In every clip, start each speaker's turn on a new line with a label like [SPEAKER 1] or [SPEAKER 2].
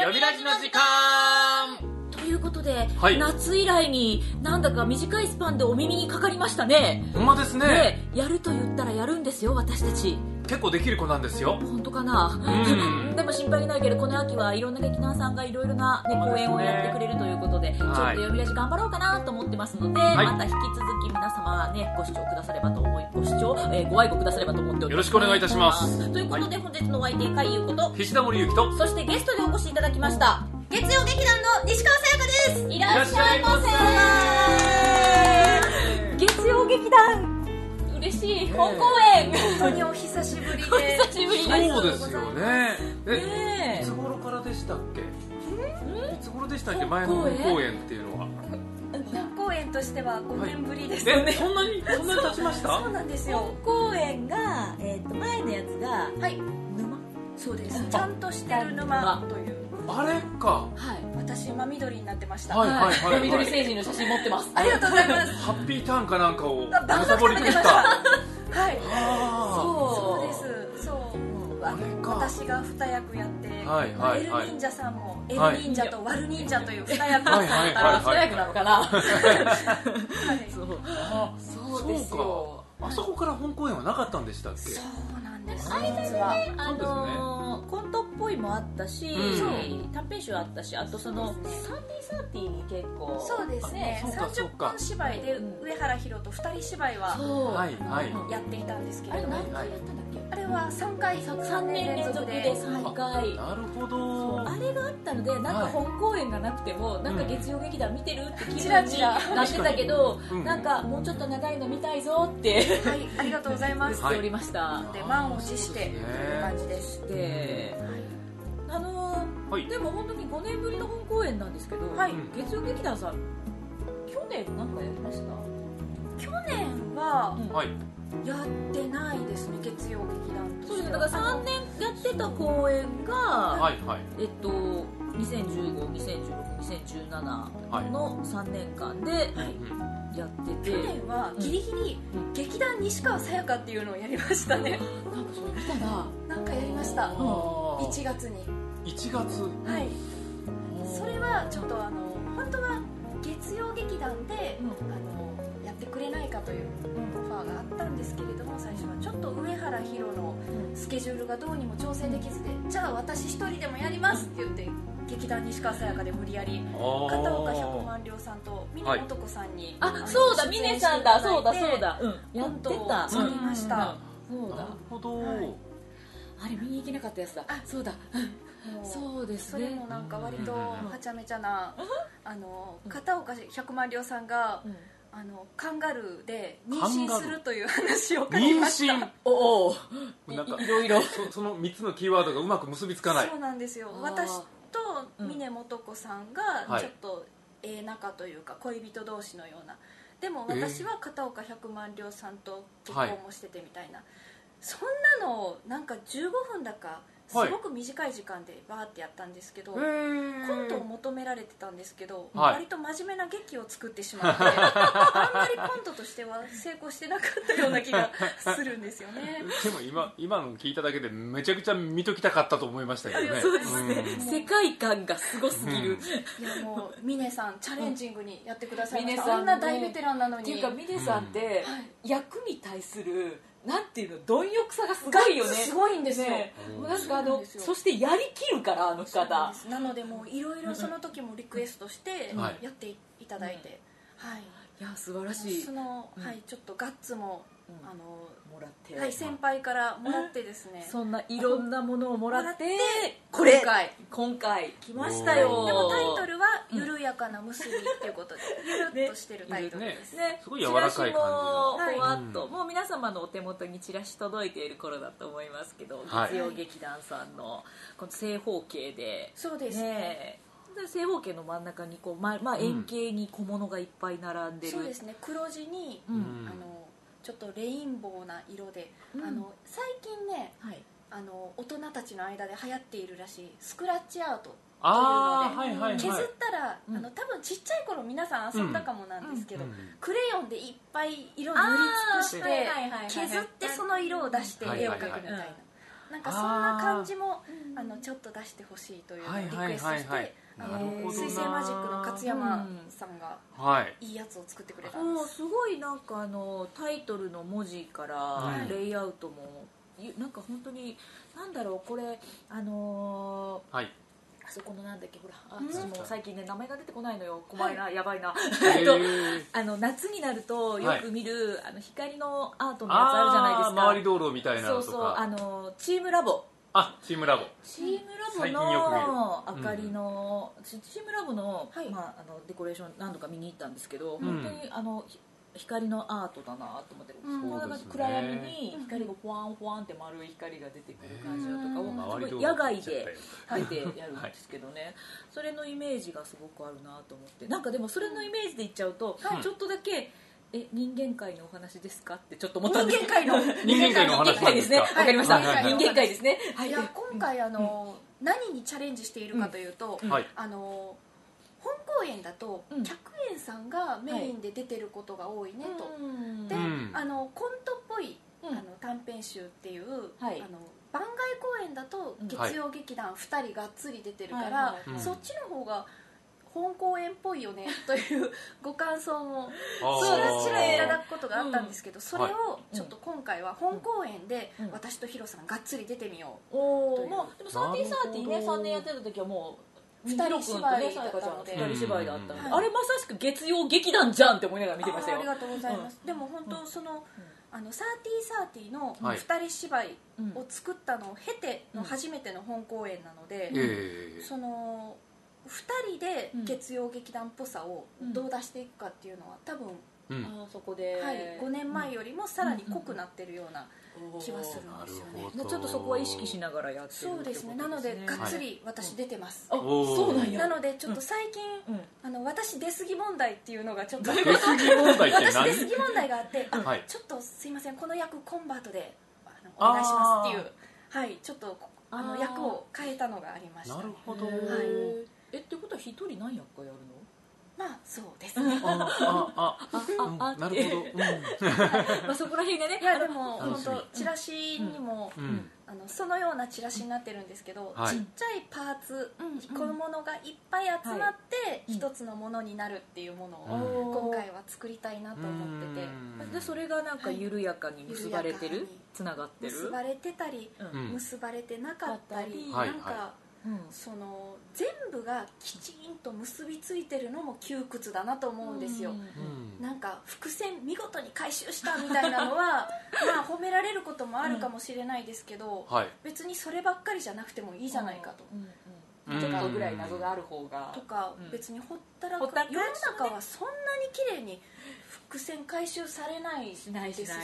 [SPEAKER 1] よみラジの時間
[SPEAKER 2] ということで、
[SPEAKER 1] はい
[SPEAKER 2] 夏以来になんだか短いスパンでお耳にかかりましたね。
[SPEAKER 1] ほんまですね
[SPEAKER 2] で、やると言ったらやるんですよ、私たち。
[SPEAKER 1] 結構できる子なんですよ
[SPEAKER 2] 本当かな
[SPEAKER 1] う ん
[SPEAKER 2] でも心配ないけど、この秋はいろんな劇団さんがいろいろな、ね、
[SPEAKER 1] そ
[SPEAKER 2] 公
[SPEAKER 1] うですね
[SPEAKER 2] 演をやってくれるということで、ちょっと
[SPEAKER 1] はい
[SPEAKER 2] 読みラジ頑張ろうかなと思ってますので、
[SPEAKER 1] い
[SPEAKER 2] また引き続き皆様ね、ご視聴くださればと思い、ご視聴、えーご愛顧くださればと思っております。
[SPEAKER 1] よろしくお願いいたします
[SPEAKER 2] ということで、本日のお相手、かいゆうこと、
[SPEAKER 1] 菱田森ゆきと
[SPEAKER 2] そしてゲストでお越しいただきました月曜劇団の西川さやかですいらっしゃいませ月曜劇団嬉しい本公演、
[SPEAKER 3] 本当にお久しぶりで
[SPEAKER 2] 久しぶりです
[SPEAKER 1] そうですよねえ
[SPEAKER 2] ねえ
[SPEAKER 1] いつ頃からでしたっけいつ頃でしたっけ前の本公演っていうのは
[SPEAKER 3] 本公演としては5年ぶりです、
[SPEAKER 1] えそんなにそんなに経ちました
[SPEAKER 3] そうなんですよ
[SPEAKER 2] 本公演が、えー、と前のやつが
[SPEAKER 3] はい
[SPEAKER 2] 沼
[SPEAKER 3] そうですちゃんとしてる沼という
[SPEAKER 1] あれか
[SPEAKER 2] はい
[SPEAKER 3] 私真緑になってました、
[SPEAKER 1] はいはいはい
[SPEAKER 2] 緑星人の写真持ってます
[SPEAKER 3] ありがとうございます
[SPEAKER 1] ハッピーターンかなんかを
[SPEAKER 3] あ
[SPEAKER 1] むさぼり食った
[SPEAKER 3] はい
[SPEAKER 1] あ
[SPEAKER 3] そう
[SPEAKER 2] そう
[SPEAKER 3] ですそう
[SPEAKER 1] あれか
[SPEAKER 3] 私が2役やって、
[SPEAKER 1] はいはいはい
[SPEAKER 3] エル忍者さんもエル
[SPEAKER 1] はい
[SPEAKER 3] 忍者と悪忍者という2役
[SPEAKER 1] はいはいはい
[SPEAKER 2] あ早くなのかな
[SPEAKER 3] はい
[SPEAKER 2] そ
[SPEAKER 3] そう
[SPEAKER 1] あ
[SPEAKER 2] そうですよ
[SPEAKER 1] かあそこから本公演はなかったんでしたっけ
[SPEAKER 3] うなんです
[SPEAKER 2] 間に
[SPEAKER 3] 実は
[SPEAKER 2] あのーコントっぽいもあったし、
[SPEAKER 1] うん
[SPEAKER 2] そう短編集あったしあとそのサーティサーティに結構
[SPEAKER 3] そうですね
[SPEAKER 1] あそうかそう
[SPEAKER 3] 30
[SPEAKER 1] か
[SPEAKER 3] 分芝居で上原ひろと2人芝居は
[SPEAKER 2] そう
[SPEAKER 1] はいはい
[SPEAKER 3] やっていたんですけ
[SPEAKER 2] あ
[SPEAKER 3] れ
[SPEAKER 2] れ
[SPEAKER 3] ども
[SPEAKER 2] 何回やったんだっけ
[SPEAKER 3] あれは3回
[SPEAKER 2] 3年連続で3回
[SPEAKER 1] なるほど
[SPEAKER 2] あれがあったのでなんか
[SPEAKER 1] はい
[SPEAKER 2] 本公演がなくても、なんか月曜劇団見てるって気分に
[SPEAKER 3] ちらち
[SPEAKER 2] なってたけど、
[SPEAKER 1] うん
[SPEAKER 2] なんかもうちょっと長いの見たいぞって言
[SPEAKER 3] はい、ありがとうございます。
[SPEAKER 1] は
[SPEAKER 2] っ
[SPEAKER 1] い
[SPEAKER 2] ておりました、
[SPEAKER 3] で、満を持してという感じです。
[SPEAKER 2] であのー
[SPEAKER 1] はい
[SPEAKER 2] でも本当に5年ぶりの本公演なんですけど、
[SPEAKER 3] はい
[SPEAKER 2] 月曜劇団さん去年なんかやりました
[SPEAKER 3] 去年は
[SPEAKER 1] はい
[SPEAKER 3] やってないですね、月曜劇団と
[SPEAKER 2] そう
[SPEAKER 3] し
[SPEAKER 2] ですね
[SPEAKER 3] ては。
[SPEAKER 2] だから3年やってた公演が、
[SPEAKER 1] はいはい
[SPEAKER 2] えっと、201520162017の3年間で
[SPEAKER 3] はい
[SPEAKER 2] やってて、
[SPEAKER 3] 去年はギリギリ劇団西川さやかっていうのをやりましたね。
[SPEAKER 2] なんかそれ見たら
[SPEAKER 3] なんかやりました。
[SPEAKER 1] あ
[SPEAKER 3] 1
[SPEAKER 1] ー
[SPEAKER 3] 月に。
[SPEAKER 1] 一月
[SPEAKER 3] はい。それはちょっとあの本当は月曜劇団で、
[SPEAKER 2] う
[SPEAKER 3] あのやってくれないかというオファーがあったんですけれども最初はちょっと上原ひろのスケジュールがどうにも調整できずで、じゃあ私一人でもやりますって言って劇団西川さやかで無理やり
[SPEAKER 1] 片
[SPEAKER 3] 片岡百万両さんと峰
[SPEAKER 1] はい
[SPEAKER 3] 素子さんに、
[SPEAKER 2] あそうだ峰さんだそうだそうだ、うん、や
[SPEAKER 3] や
[SPEAKER 2] っ
[SPEAKER 3] ってて
[SPEAKER 2] た
[SPEAKER 3] た
[SPEAKER 2] そう
[SPEAKER 3] 見ました
[SPEAKER 2] そう
[SPEAKER 1] なる
[SPEAKER 2] だ
[SPEAKER 1] ほど
[SPEAKER 3] はい
[SPEAKER 2] あれ見に行けなかったやつだ
[SPEAKER 3] あ
[SPEAKER 2] そうだ
[SPEAKER 3] そう
[SPEAKER 2] そうです
[SPEAKER 3] それ
[SPEAKER 2] ね
[SPEAKER 3] もなんか割と
[SPEAKER 1] うんうん
[SPEAKER 2] うん
[SPEAKER 3] はちゃめちゃな、あの片岡百万両さんが、
[SPEAKER 2] うん
[SPEAKER 3] あのカンガルーで妊
[SPEAKER 1] カンガルー
[SPEAKER 3] 娠するという話を書き
[SPEAKER 1] 妊
[SPEAKER 3] ました
[SPEAKER 1] 娠
[SPEAKER 2] おお
[SPEAKER 1] なんか
[SPEAKER 2] いいろいろ
[SPEAKER 1] そ その三つのキーワードがうまく結びつかない
[SPEAKER 3] そうなんですよ
[SPEAKER 2] あー
[SPEAKER 3] 私と峰素子さんが
[SPEAKER 1] はい
[SPEAKER 3] ちょっとええ仲というか恋人同士のようなでも私は片岡百万両さんと結婚もしててみたいな、そんなのをなんか15分だかす
[SPEAKER 1] はい
[SPEAKER 3] ごく短い時間でバーってやったんですけど、
[SPEAKER 1] へー
[SPEAKER 3] コントを求められてたんですけど、
[SPEAKER 1] はい
[SPEAKER 3] 割と真面目な劇を作ってしまってあんまりコントとしては成功してなかったような気がするんですよ ね
[SPEAKER 1] でも今今の聞いただけでめちゃくちゃ見ときたかったと思いましたけ どね
[SPEAKER 2] そうですね
[SPEAKER 1] ん
[SPEAKER 2] 世界観がすごすぎる
[SPEAKER 1] うん
[SPEAKER 3] いやもう峰さんチャレンジングにやってくださいまし
[SPEAKER 2] 峰
[SPEAKER 3] た
[SPEAKER 2] さん
[SPEAKER 3] あんな大ベテランなの
[SPEAKER 2] っ
[SPEAKER 3] に
[SPEAKER 2] ていうか峰さんって役に対するなんていうの貪欲さがすごいよね
[SPEAKER 3] ガッツすごいんですよ、
[SPEAKER 2] ね
[SPEAKER 1] うん
[SPEAKER 2] なんかあの
[SPEAKER 3] そうなんですよ
[SPEAKER 2] そしてやりきるからあの
[SPEAKER 3] そうなん
[SPEAKER 2] 方
[SPEAKER 3] ですなのでもういろいろその時もリクエストして
[SPEAKER 1] うんはい
[SPEAKER 3] やっていただいて、はい
[SPEAKER 2] いや素晴らしい
[SPEAKER 3] その、
[SPEAKER 2] うん
[SPEAKER 3] はいちょっとガッツも、
[SPEAKER 2] うん
[SPEAKER 3] あの
[SPEAKER 2] もらって、
[SPEAKER 3] はい先輩からもらってですね、
[SPEAKER 2] そんないろんなものをもらってこ
[SPEAKER 3] こ
[SPEAKER 2] れ
[SPEAKER 3] れ
[SPEAKER 2] 今回今回来ましたよ
[SPEAKER 1] おー
[SPEAKER 3] でもタイトルは「
[SPEAKER 2] うん
[SPEAKER 3] 緩やかな結び」っていうことでゆるっとしてるタイトルです、
[SPEAKER 2] ね
[SPEAKER 1] すごい柔らかい感じ
[SPEAKER 2] チラシ
[SPEAKER 1] の
[SPEAKER 2] も
[SPEAKER 3] はい
[SPEAKER 2] ほわっと、
[SPEAKER 1] うん
[SPEAKER 2] もう皆様のお手元にチラシ届いている頃だと思いますけど、
[SPEAKER 1] はい
[SPEAKER 2] 月曜劇団さんのこの正方形で
[SPEAKER 3] そうですね
[SPEAKER 2] ねえで正方形の真ん中にこう、ままあ、
[SPEAKER 1] うん
[SPEAKER 2] 円形に小物がいっぱい並んでる、
[SPEAKER 3] そうですね黒地に、
[SPEAKER 2] うん
[SPEAKER 1] うん
[SPEAKER 3] あのちょっとレインボーな色で、
[SPEAKER 2] うん
[SPEAKER 3] あの最近ね
[SPEAKER 2] はい、
[SPEAKER 3] あの大人たちの間で流行っているらしいスクラッチアート
[SPEAKER 1] ああ
[SPEAKER 3] と
[SPEAKER 1] はいいう
[SPEAKER 3] の
[SPEAKER 1] はいはい
[SPEAKER 3] で削ったら、
[SPEAKER 2] うん
[SPEAKER 3] あの多分ちっちゃい頃皆さん遊んだかもなんですけど、
[SPEAKER 1] うん
[SPEAKER 3] クレヨンでいっぱい色を塗り尽くして
[SPEAKER 2] あーはいはいはいはい
[SPEAKER 3] 削ってその色を出して絵を描くみたいな
[SPEAKER 2] はいはいはい
[SPEAKER 3] なんかそんな感じもあのちょっと出してほしいというのをリクエスト
[SPEAKER 1] はいはい
[SPEAKER 3] し
[SPEAKER 1] はいはい
[SPEAKER 3] てあの
[SPEAKER 4] なるほどな
[SPEAKER 3] 水星マジックの勝山さんが
[SPEAKER 1] はい
[SPEAKER 3] いいやつを作ってくれたんで
[SPEAKER 2] もう
[SPEAKER 3] す
[SPEAKER 2] すごいなんかあのタイトルの文字から
[SPEAKER 1] うん
[SPEAKER 2] レイアウトも、いなんか本当になんだろうこれあの
[SPEAKER 1] はい
[SPEAKER 2] ーあそこのなんだっけほらあ
[SPEAKER 3] うん
[SPEAKER 2] 私もう最近ね名前が出てこないのよ怖いな、やばいな
[SPEAKER 1] え
[SPEAKER 2] えっと
[SPEAKER 1] ー
[SPEAKER 2] あの夏になるとよく見る、あの光のアートのやつあるじゃないで
[SPEAKER 1] あ
[SPEAKER 2] す
[SPEAKER 1] ー
[SPEAKER 2] か
[SPEAKER 1] 周り道路みたいな
[SPEAKER 2] そ
[SPEAKER 1] の
[SPEAKER 2] う
[SPEAKER 1] と
[SPEAKER 2] そうあ
[SPEAKER 1] か
[SPEAKER 2] のチームラボ
[SPEAKER 1] あチームラボ
[SPEAKER 2] チームラ
[SPEAKER 1] 最
[SPEAKER 2] ボ
[SPEAKER 1] 近よ
[SPEAKER 2] の
[SPEAKER 1] く見る
[SPEAKER 2] 明かりの、チチームラボの,、
[SPEAKER 3] はい
[SPEAKER 2] まあ、あのデコレーション何度か見に行ったんですけど、
[SPEAKER 1] ん
[SPEAKER 2] 本当にあのひ光のアートだなと思って、
[SPEAKER 3] うん
[SPEAKER 2] このなんか
[SPEAKER 1] そうですね
[SPEAKER 2] 暗闇に光がフワンフワンって丸い光が出てくる感じだとかを、
[SPEAKER 3] うん
[SPEAKER 1] 周り
[SPEAKER 2] す
[SPEAKER 1] 道
[SPEAKER 2] ごい
[SPEAKER 1] 路
[SPEAKER 2] 野外
[SPEAKER 1] ちょっと
[SPEAKER 2] で
[SPEAKER 1] やった。よ
[SPEAKER 2] 書いてやるんですけどね、それのイメージがすごくあるなと思ってなんかでもそれのイメージで言っちゃうと、
[SPEAKER 1] はい
[SPEAKER 2] ちょっとだけ「え人間界のお話ですか?」ってちょっと思っ
[SPEAKER 3] 人
[SPEAKER 2] たんです
[SPEAKER 3] 間界の
[SPEAKER 1] 人間界のお 話
[SPEAKER 2] 人間界ですねわ
[SPEAKER 1] はい
[SPEAKER 2] かりました、
[SPEAKER 1] はいはい
[SPEAKER 3] はい
[SPEAKER 2] 人間界ですねはい
[SPEAKER 3] いや今回あの何にチャレンジしているかというと
[SPEAKER 2] うん
[SPEAKER 1] はい
[SPEAKER 3] あの本公演だと
[SPEAKER 2] うん
[SPEAKER 3] 客演さんがメインで出てることが多いねと
[SPEAKER 2] うん
[SPEAKER 3] で
[SPEAKER 1] うん
[SPEAKER 3] あのコントっぽい
[SPEAKER 2] うん
[SPEAKER 3] あの短編集っていうあの
[SPEAKER 2] はい
[SPEAKER 3] 番外公演だと
[SPEAKER 2] うん
[SPEAKER 3] 月曜劇団2人がっつり出てるか
[SPEAKER 2] はい
[SPEAKER 3] ら
[SPEAKER 2] はい
[SPEAKER 1] はい
[SPEAKER 3] そっちの方が本公演っぽいよねという ご感想も
[SPEAKER 1] あ
[SPEAKER 3] ちら
[SPEAKER 1] ー
[SPEAKER 3] ちらいただくことがあったんですけどそれを
[SPEAKER 2] い
[SPEAKER 3] ちょっと今回は本公演で
[SPEAKER 2] うん
[SPEAKER 3] 私とヒロさんがっつり出てみよ
[SPEAKER 2] お
[SPEAKER 3] とい
[SPEAKER 2] お
[SPEAKER 3] う
[SPEAKER 2] まあでもサーティーサーティー
[SPEAKER 1] なる
[SPEAKER 2] ね
[SPEAKER 1] ほど
[SPEAKER 2] 3年やってた時はもう
[SPEAKER 3] 二人
[SPEAKER 2] ヒロ君とねさやかちゃん
[SPEAKER 3] 芝居だったので
[SPEAKER 2] 二人芝居だったので、
[SPEAKER 3] うん
[SPEAKER 2] あれまさしく月曜劇団じゃんって思いながら
[SPEAKER 3] う
[SPEAKER 2] 見てました
[SPEAKER 3] あーあり
[SPEAKER 2] よ
[SPEAKER 3] がとうございますでも本当そのあのサーティーサーティー
[SPEAKER 1] は
[SPEAKER 3] の
[SPEAKER 1] い
[SPEAKER 3] 二人芝居
[SPEAKER 2] うん
[SPEAKER 3] を作ったのを経ての初めての本公演なので、
[SPEAKER 1] えー
[SPEAKER 3] その2人で月曜劇団っぽさをどう出していくかっていうのは多分、
[SPEAKER 1] うん
[SPEAKER 2] あーそこで、
[SPEAKER 3] はい、5年前よりもさらに濃くなってるような気はするんですよね
[SPEAKER 1] なるほど
[SPEAKER 2] ねちょっとそこは意識しながらやってる
[SPEAKER 3] そうですねなのでがっつ
[SPEAKER 2] り
[SPEAKER 3] り私出てます、
[SPEAKER 2] あ
[SPEAKER 1] おー
[SPEAKER 2] そうなんや
[SPEAKER 3] なのでちょっと最近、
[SPEAKER 2] うん
[SPEAKER 3] あの私出過ぎ問題っていうのがちょっと
[SPEAKER 1] 出過ぎ問題って
[SPEAKER 3] 私
[SPEAKER 1] 何
[SPEAKER 3] 出過ぎ問題があってあ、
[SPEAKER 1] はい
[SPEAKER 3] ちょっとすいませんこの役コンバートであのお願いしますっていうはいちょっとあ
[SPEAKER 2] あ
[SPEAKER 3] の
[SPEAKER 2] ー
[SPEAKER 3] 役を変えたのがありました
[SPEAKER 1] なるほど
[SPEAKER 2] へ
[SPEAKER 1] あ
[SPEAKER 2] ーえってことは一人何役かやるの
[SPEAKER 3] まあそうですね
[SPEAKER 1] ああ
[SPEAKER 2] あ
[SPEAKER 1] うんなるほど
[SPEAKER 2] まあそこら辺がね
[SPEAKER 3] いやでも
[SPEAKER 1] 楽
[SPEAKER 3] 本
[SPEAKER 1] しみ
[SPEAKER 3] 当チラシにも、
[SPEAKER 1] うんうん
[SPEAKER 3] あのそのようなチラシになってるんですけど、
[SPEAKER 1] はい
[SPEAKER 3] ちっちゃいパーツ、
[SPEAKER 2] うん
[SPEAKER 3] 小物がいっぱい集まって
[SPEAKER 2] うん
[SPEAKER 3] 一つのものになるっていうもの
[SPEAKER 1] うん
[SPEAKER 3] を今回は作りたいなと思ってて
[SPEAKER 1] うん
[SPEAKER 2] でそれがなんか緩やかに結ばれて
[SPEAKER 3] 緩や
[SPEAKER 2] る
[SPEAKER 3] かに
[SPEAKER 2] つながってる
[SPEAKER 3] 結ばれてたり
[SPEAKER 2] う
[SPEAKER 1] うんん
[SPEAKER 3] 結ばれてなかったり、
[SPEAKER 1] はい
[SPEAKER 3] なんか、
[SPEAKER 1] は
[SPEAKER 2] うん
[SPEAKER 3] その全部がきちんと結びついてるのも窮屈だなと思うんですよ、
[SPEAKER 1] うん
[SPEAKER 3] なんか伏線見事に回収したみたいな のはまあ褒められることもあるかもしれないですけど、
[SPEAKER 1] はい
[SPEAKER 3] 別にそればっかりじゃなくてもいいじゃないかと、
[SPEAKER 2] うんうん
[SPEAKER 1] うん
[SPEAKER 2] ちょっとぐらい謎がある方が
[SPEAKER 3] とか、
[SPEAKER 2] うん
[SPEAKER 3] 別にほったら
[SPEAKER 2] ほったら
[SPEAKER 3] か
[SPEAKER 2] かし
[SPEAKER 3] 世の中はそんなに綺麗に伏線回収されないです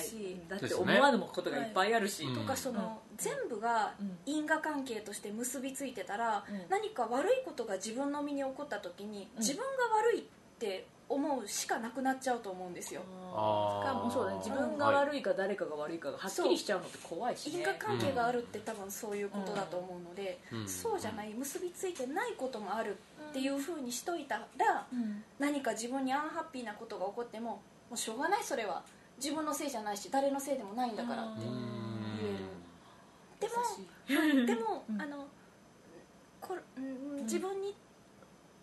[SPEAKER 3] し
[SPEAKER 2] うんだっ
[SPEAKER 1] で
[SPEAKER 2] て
[SPEAKER 1] すね
[SPEAKER 2] 思わぬことがいっぱいあるし
[SPEAKER 1] はい
[SPEAKER 2] と
[SPEAKER 3] と
[SPEAKER 2] か
[SPEAKER 3] かその、全部が因果関係として結びついてたら、
[SPEAKER 2] うん
[SPEAKER 3] 何か悪いことが自分の身に起こった時に、
[SPEAKER 2] ん
[SPEAKER 3] 自分が悪いって思うしかなくなっちゃうと思うんですよ、
[SPEAKER 1] あー
[SPEAKER 2] しかもそうだね自分が悪いか誰かが悪いかがはっきりしちゃうのって怖いし
[SPEAKER 3] 因
[SPEAKER 2] ね
[SPEAKER 3] 果関係があるって多分そういうことだと思うので、
[SPEAKER 1] うん
[SPEAKER 3] そうじゃない結びついてないこともあるっていうふうにしといたら、
[SPEAKER 2] うん
[SPEAKER 3] 何か自分にアンハッピーなことが起こってももうしょうがないそれは自分のせいじゃないし誰のせいでもないんだから、
[SPEAKER 2] うん
[SPEAKER 1] う
[SPEAKER 3] 言える
[SPEAKER 2] 優しい
[SPEAKER 1] ん
[SPEAKER 3] でもでも、
[SPEAKER 2] うん
[SPEAKER 3] あのこれうん自分に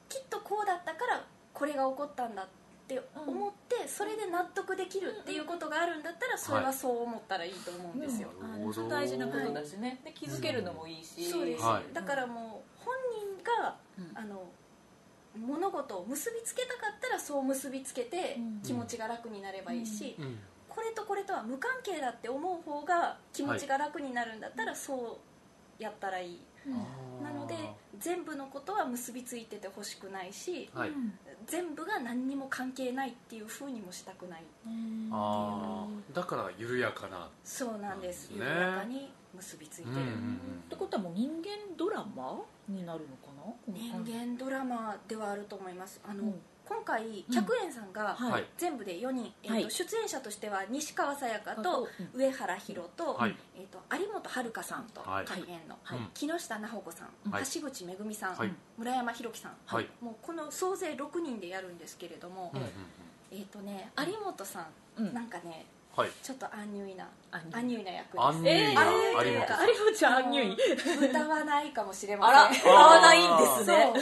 [SPEAKER 3] きっとこうだったからこれが起こったんだって思って、それで納得できるっていうことがあるんだったらそれはそう思ったらいいと思うんですよ、
[SPEAKER 1] なるほど
[SPEAKER 2] 大事なことだしねで気づけるのもいいし
[SPEAKER 3] そうです、
[SPEAKER 1] は
[SPEAKER 3] だからもう本人が、
[SPEAKER 2] うん
[SPEAKER 3] あの物事を結びつけたかったらそう結びつけて
[SPEAKER 2] うん
[SPEAKER 3] 気持ちが楽になればいいし、
[SPEAKER 1] うん
[SPEAKER 3] これとこれとは無関係だって思う方が気持ちが楽になるんだったらそうやったらいいなので全部のことは結びついててほしくないし、
[SPEAKER 1] はい
[SPEAKER 3] 全部が何にも関係ないっていうふうにもしたくない
[SPEAKER 1] あーだから緩やかな
[SPEAKER 3] そうなんです
[SPEAKER 1] そうですね
[SPEAKER 3] 緩やかに結びついてる、
[SPEAKER 2] ってことはもう人間ドラマになるのかなこの
[SPEAKER 3] 人
[SPEAKER 2] 感じ
[SPEAKER 3] 間ドラマではあると思いますあの、
[SPEAKER 2] うん
[SPEAKER 3] 今回客演さんが
[SPEAKER 2] はい
[SPEAKER 1] はい
[SPEAKER 3] 全部で4人、えーと
[SPEAKER 2] はい
[SPEAKER 3] 出演者としては西川さやか
[SPEAKER 2] あと
[SPEAKER 3] と
[SPEAKER 2] うん
[SPEAKER 3] 上原ひろと,、
[SPEAKER 1] はい
[SPEAKER 3] えー、と有本遥さんと
[SPEAKER 1] はい
[SPEAKER 3] 客演の、
[SPEAKER 1] はい
[SPEAKER 3] 木下奈穂子さん、
[SPEAKER 1] はい
[SPEAKER 3] 橋口めぐみさん、
[SPEAKER 1] はい
[SPEAKER 3] 村山弘樹さん、
[SPEAKER 1] はい
[SPEAKER 3] もうこの総勢6人でやるんですけれども、
[SPEAKER 1] うんうん
[SPEAKER 3] えっ、とね有本さん、
[SPEAKER 2] うん
[SPEAKER 3] なんかね
[SPEAKER 1] はい
[SPEAKER 3] ちょっとアンニュイな
[SPEAKER 2] アンニュイ
[SPEAKER 3] アンニュイな役
[SPEAKER 1] アンニュイ
[SPEAKER 3] です
[SPEAKER 1] な
[SPEAKER 3] えー
[SPEAKER 1] 有本さん
[SPEAKER 2] 有本ちゃんアンニュイ
[SPEAKER 3] 歌わないかもしれま
[SPEAKER 2] あら
[SPEAKER 3] せん
[SPEAKER 2] 歌わないんですね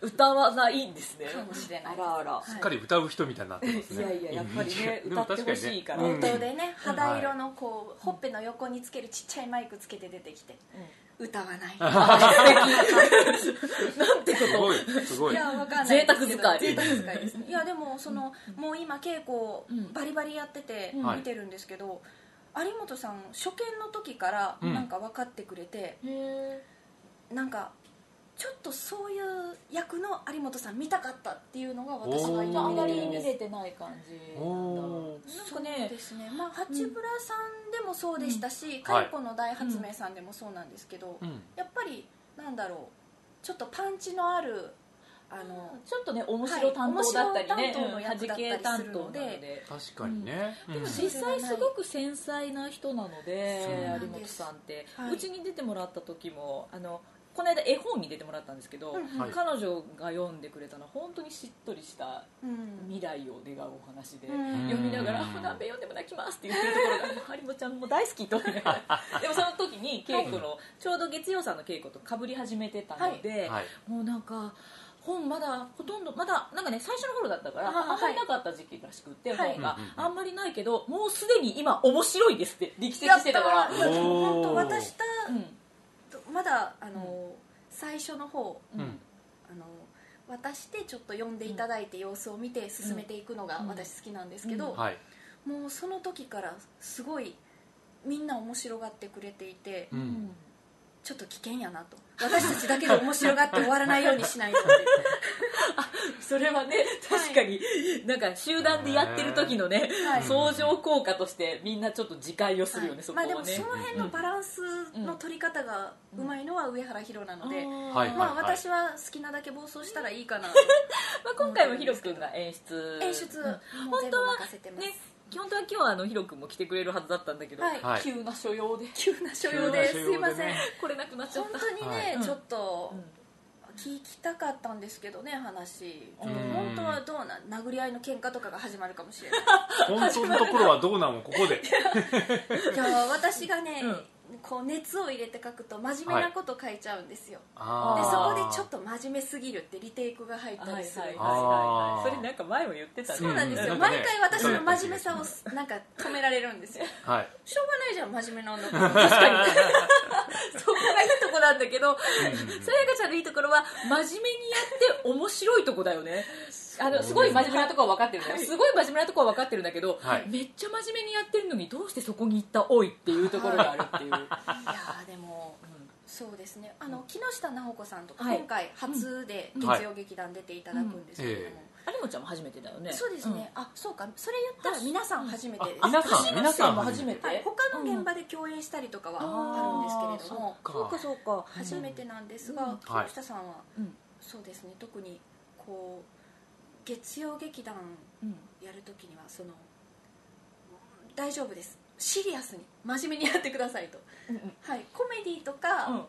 [SPEAKER 3] そ
[SPEAKER 2] 歌わないんですね
[SPEAKER 3] うかもしれな
[SPEAKER 4] あ
[SPEAKER 3] い
[SPEAKER 4] らあら
[SPEAKER 1] しっかり歌う人みたいになってます
[SPEAKER 4] い
[SPEAKER 1] ね
[SPEAKER 4] やいややっぱりね
[SPEAKER 1] うんでも
[SPEAKER 4] 歌ってほしいから
[SPEAKER 1] 確
[SPEAKER 3] 冒
[SPEAKER 1] にね
[SPEAKER 3] 頭でね肌色のこうほっぺの横につけるちっちゃいマイクつけて出てきて歌わない
[SPEAKER 2] なんてこ
[SPEAKER 1] すごいすご
[SPEAKER 3] い
[SPEAKER 1] い
[SPEAKER 3] やわかんないですけど
[SPEAKER 2] 贅沢使い
[SPEAKER 3] 贅沢使いですねいやでもそのもう今稽古を
[SPEAKER 2] うん
[SPEAKER 3] バリバリやってて
[SPEAKER 2] うん
[SPEAKER 3] 見てるんですけど有本さん初見の時から
[SPEAKER 1] うん
[SPEAKER 3] なんか分かってくれて
[SPEAKER 2] とへ
[SPEAKER 3] なんかちょっとそういう役の有本さん見たかったっていうのが私が
[SPEAKER 2] あ
[SPEAKER 3] 今
[SPEAKER 2] んまり
[SPEAKER 3] 見
[SPEAKER 2] 見
[SPEAKER 3] て
[SPEAKER 2] れてない感じなん
[SPEAKER 1] お
[SPEAKER 3] そ
[SPEAKER 2] か
[SPEAKER 3] う
[SPEAKER 2] ね
[SPEAKER 3] ですね、まあ、八村さんでもそうでしたし、カリコの大発明さんでもそうなんですけど、
[SPEAKER 1] ーうん
[SPEAKER 3] やっぱりなんだろうちょっとパンチのあるあの、
[SPEAKER 2] ちょっとね面白担当だったり
[SPEAKER 3] はい
[SPEAKER 2] ね
[SPEAKER 3] 面白担当の役だったり
[SPEAKER 2] うん弾
[SPEAKER 3] す
[SPEAKER 2] け担
[SPEAKER 3] るの
[SPEAKER 2] 当
[SPEAKER 3] で
[SPEAKER 2] なので
[SPEAKER 1] 確かにね
[SPEAKER 2] で
[SPEAKER 1] うん
[SPEAKER 2] も実際すごく繊細な人なので
[SPEAKER 1] そうな
[SPEAKER 2] 有
[SPEAKER 1] ん
[SPEAKER 3] で
[SPEAKER 2] 本
[SPEAKER 3] す
[SPEAKER 2] さんって、
[SPEAKER 3] はいう
[SPEAKER 2] ちに出てもらった時もあのこの間絵本に出てもらったんですけど、
[SPEAKER 3] うん
[SPEAKER 1] はい
[SPEAKER 2] 彼女が読んでくれたのは本当にしっとりした
[SPEAKER 3] うん
[SPEAKER 2] 未来を願うお話で、
[SPEAKER 3] うん
[SPEAKER 2] 読みながら「
[SPEAKER 1] うん
[SPEAKER 2] 船鍋読んでも泣きます」って言ってるところが「もう有本ちゃんも大好き」と思いながらでもその時に稽古の、ちょうど月曜さんの稽古とかぶり始めてたので、
[SPEAKER 1] はい
[SPEAKER 2] もうなんか本まだほとんどまだなんかね最初の頃だったから
[SPEAKER 3] あはい
[SPEAKER 2] あんまりなかった時期らしくって、
[SPEAKER 3] はい
[SPEAKER 2] 本が
[SPEAKER 1] うんうんうん
[SPEAKER 2] あんまりないけどもうすでに今面白いですって力説してたから
[SPEAKER 3] やったー
[SPEAKER 1] おー
[SPEAKER 3] 本当私た
[SPEAKER 2] うん
[SPEAKER 3] まだあの、最初の方
[SPEAKER 2] う
[SPEAKER 1] う
[SPEAKER 2] んん
[SPEAKER 3] あの渡してちょっと読んでいただいて様子を見て進めていくのが私好きなんですけど、
[SPEAKER 1] はい
[SPEAKER 3] もうその時からすごいみんな面白がってくれていて、
[SPEAKER 1] う
[SPEAKER 2] うんん
[SPEAKER 3] ちょっと危険やなと私たちだけで面白がって終わらないようにしないとって
[SPEAKER 2] それはね確かになんか集団でやってる時のね
[SPEAKER 3] はい
[SPEAKER 2] 相乗効果としてみんなちょっと自戒をするよね、
[SPEAKER 3] はい
[SPEAKER 2] そこ
[SPEAKER 3] ま
[SPEAKER 2] は
[SPEAKER 3] あ
[SPEAKER 2] ね
[SPEAKER 3] でもその辺のバランスの取り方がうまいのは上原ひろなので、
[SPEAKER 1] はい
[SPEAKER 3] まあ私は好きなだけ暴走したらいいかな、
[SPEAKER 2] まあ、今回もヒロ君が演出
[SPEAKER 3] 演出
[SPEAKER 2] ね
[SPEAKER 3] もう全部任せてます、
[SPEAKER 2] 本当は今日はあのヒロ君も来てくれるはずだったんだけど、
[SPEAKER 3] はい
[SPEAKER 1] はい
[SPEAKER 4] 急な所用で
[SPEAKER 3] 急な所用で
[SPEAKER 1] 急な
[SPEAKER 3] す
[SPEAKER 1] 所
[SPEAKER 3] い
[SPEAKER 1] 用で
[SPEAKER 3] ま
[SPEAKER 1] ね
[SPEAKER 3] せん
[SPEAKER 2] これなくなっちゃっ
[SPEAKER 3] 本
[SPEAKER 2] た
[SPEAKER 3] 当にね、
[SPEAKER 2] はい
[SPEAKER 3] ちょっと
[SPEAKER 2] うん
[SPEAKER 3] 聞きたかったんですけどね話
[SPEAKER 1] うん
[SPEAKER 3] 本当はどうなん殴り合いの喧嘩とかが始まるかもし れない
[SPEAKER 1] 本当のところはどうなのここで
[SPEAKER 3] いや私がね、
[SPEAKER 2] うん
[SPEAKER 3] こう熱を入れて書くと真面目なこと書いちゃうんですよ、
[SPEAKER 1] あ
[SPEAKER 3] でそこ
[SPEAKER 1] ー
[SPEAKER 3] でちょっと真面目すぎるってリテイクが入ったりする、
[SPEAKER 1] はいあー
[SPEAKER 2] それなんか前も言ってたね
[SPEAKER 3] そうなんですよ、
[SPEAKER 1] うん
[SPEAKER 3] 毎回私の真面目さをなんか止められるんですよ
[SPEAKER 1] はい
[SPEAKER 3] しょうがないじゃん真面目なん だから確かに
[SPEAKER 2] そこがいいとこなんだけど
[SPEAKER 1] うんうん
[SPEAKER 2] さやかちゃんのいいところは真面目にやって面白いとこだよ ねあのすごい真面目なとこは分かってるんだよすごい真面目なとこは分かってるんだけど、
[SPEAKER 1] はい
[SPEAKER 2] めっちゃ真面目にやってるのにどうしてそこに行ったおいっていうところがある っていう、
[SPEAKER 3] いやーでもそうですねあの木下直子さんとか、
[SPEAKER 2] はい
[SPEAKER 3] 今回初で
[SPEAKER 1] ん
[SPEAKER 3] 月曜劇団出ていただくんですけれども、
[SPEAKER 1] うんえ
[SPEAKER 2] 有本ちゃんも初めてだよね
[SPEAKER 3] そうですね、あそうかそれ言ったら皆さん初めてです、
[SPEAKER 1] あ皆さん
[SPEAKER 2] うん
[SPEAKER 1] 皆さん
[SPEAKER 2] も初めて、
[SPEAKER 3] はい、他の現場で共演したりとかはあるんですけれども、
[SPEAKER 1] か
[SPEAKER 2] そうかそうか
[SPEAKER 3] 初めてなんですが、
[SPEAKER 2] うん
[SPEAKER 1] はい
[SPEAKER 3] 木下さんは、
[SPEAKER 2] うん
[SPEAKER 3] そうですね特にこう月曜劇団
[SPEAKER 2] うん
[SPEAKER 3] やるときにはそのうん大丈夫ですシリアスに真面目にやってくださいと、
[SPEAKER 2] うん
[SPEAKER 3] はい、コメディとか、あの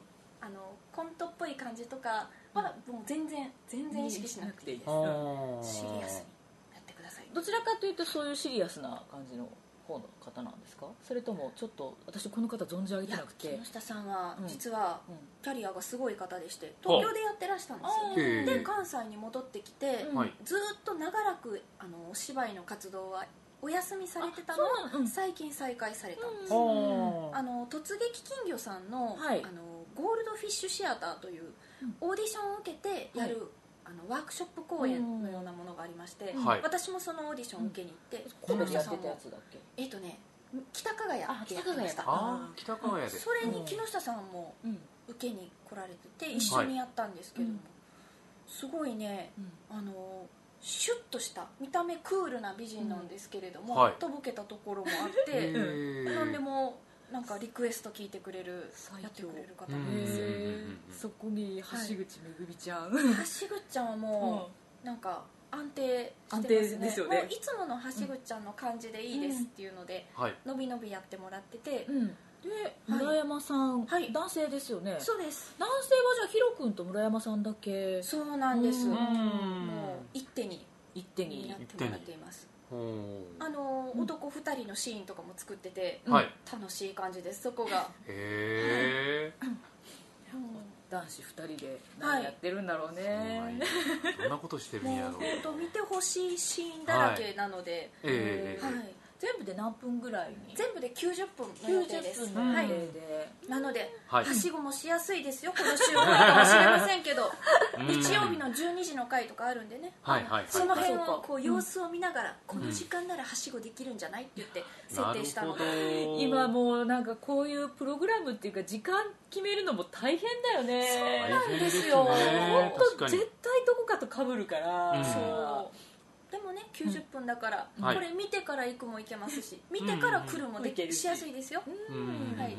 [SPEAKER 3] コントっぽい感じとかはもう全然全然意識しなくていいです
[SPEAKER 1] あー
[SPEAKER 3] シリアスにやってください
[SPEAKER 2] どちらかというとそういうシリアスな感じの方の方なんですかそれともちょっと私この方存じ上げ
[SPEAKER 3] い
[SPEAKER 2] てな
[SPEAKER 3] や
[SPEAKER 2] くて
[SPEAKER 3] 木下さんは
[SPEAKER 2] うん
[SPEAKER 3] 実は
[SPEAKER 2] うん
[SPEAKER 3] キャリアがすごい方でして東京でやってらしたんですよ
[SPEAKER 2] あ
[SPEAKER 1] へ
[SPEAKER 3] で
[SPEAKER 1] ー
[SPEAKER 3] 関西に戻ってきて
[SPEAKER 2] うん
[SPEAKER 1] はい
[SPEAKER 3] ずーっと長らくあのお芝居の活動はお休みされてた
[SPEAKER 2] そ
[SPEAKER 3] の
[SPEAKER 2] うなんう
[SPEAKER 3] を
[SPEAKER 2] ん
[SPEAKER 3] 最近再開されたんです
[SPEAKER 1] あー
[SPEAKER 3] あの突撃金魚さんの,、
[SPEAKER 2] はい
[SPEAKER 3] あのゴールドフィッシュシアターという
[SPEAKER 2] うん
[SPEAKER 3] オーディションを受けてやる、あのワークショップ公演のようなものがありまして、
[SPEAKER 1] んはい
[SPEAKER 3] 私もそのオーディションを受けに行って、
[SPEAKER 2] 神戸でやって
[SPEAKER 3] さん
[SPEAKER 2] たや
[SPEAKER 3] も
[SPEAKER 2] つだっけ
[SPEAKER 3] えっ、とね北加賀谷でやってまし
[SPEAKER 2] あ北加賀
[SPEAKER 3] た
[SPEAKER 2] 谷
[SPEAKER 1] あー北川谷で
[SPEAKER 3] それに木下さんも
[SPEAKER 2] うん
[SPEAKER 3] 受けに来られてて一緒にやったんですけども、
[SPEAKER 2] はい
[SPEAKER 3] すごいねあのシュッとした見た目クールな美人なんですけれども、
[SPEAKER 1] うんはい
[SPEAKER 3] とぼけたところもあって。
[SPEAKER 1] へー
[SPEAKER 3] 何でもなんかリクエスト聞いてくれる
[SPEAKER 2] 最強
[SPEAKER 3] やってくれる方
[SPEAKER 1] う
[SPEAKER 3] なん
[SPEAKER 1] ん
[SPEAKER 3] ですよ
[SPEAKER 2] へーそこに橋口めぐみちゃん、うん
[SPEAKER 3] 橋口ちゃんはもうなんか安定してます
[SPEAKER 2] 安定
[SPEAKER 3] ね
[SPEAKER 2] ですよね
[SPEAKER 3] もういつもの橋口ちゃんの感じでいいですっていうので
[SPEAKER 1] はい
[SPEAKER 3] のびのびやってもらってて、
[SPEAKER 2] で村山さん、
[SPEAKER 3] はい
[SPEAKER 2] 男性ですよね男性
[SPEAKER 3] そうです
[SPEAKER 2] はじゃあヒロ君と村山さんだけ
[SPEAKER 3] そうなんです
[SPEAKER 2] うん
[SPEAKER 3] もう一手に
[SPEAKER 2] 一手
[SPEAKER 3] や
[SPEAKER 2] に
[SPEAKER 3] ってもらっています
[SPEAKER 1] うん
[SPEAKER 3] あの男2人のシーンとかも作ってて
[SPEAKER 1] はいへ
[SPEAKER 3] 楽しい感じですそこが、
[SPEAKER 1] え
[SPEAKER 2] 男子2人で何やってるんだろうね、
[SPEAKER 1] どんなことしてるん
[SPEAKER 3] もう
[SPEAKER 1] やろう
[SPEAKER 3] 本当見てほしいシーンだらけなので、
[SPEAKER 1] ええ
[SPEAKER 3] はい
[SPEAKER 2] 全部で何分ぐらいに
[SPEAKER 3] 全部で90分の予定で
[SPEAKER 2] 90
[SPEAKER 3] す、
[SPEAKER 2] 分の
[SPEAKER 3] は
[SPEAKER 2] 予
[SPEAKER 3] い
[SPEAKER 2] 定、
[SPEAKER 3] なので、
[SPEAKER 1] はい
[SPEAKER 3] はしごもしやすいで すよこの週間かもしれませんけど日曜日の12時の回とかあるんでね、
[SPEAKER 1] はいはいはい
[SPEAKER 3] その辺
[SPEAKER 2] そう
[SPEAKER 3] を
[SPEAKER 2] か
[SPEAKER 3] こう様子を見ながら、この時間ならはしごできるんじゃないって言って設定したので、
[SPEAKER 2] で今もうなんかこういうプログラムっていうか時間決めるのも大変だよね
[SPEAKER 1] 大変です
[SPEAKER 3] そう
[SPEAKER 1] よ
[SPEAKER 3] なんですよ
[SPEAKER 1] ね
[SPEAKER 2] 本
[SPEAKER 1] 確
[SPEAKER 2] 当
[SPEAKER 1] かに
[SPEAKER 2] 絶対どこかと被るから、
[SPEAKER 1] うん
[SPEAKER 3] そうでもね90分だから、
[SPEAKER 1] うんはい
[SPEAKER 3] これ見てから行くも行けますし見てから来るもでき、
[SPEAKER 2] うんうん
[SPEAKER 3] しやすいですよ、
[SPEAKER 1] うんうんうん
[SPEAKER 3] はい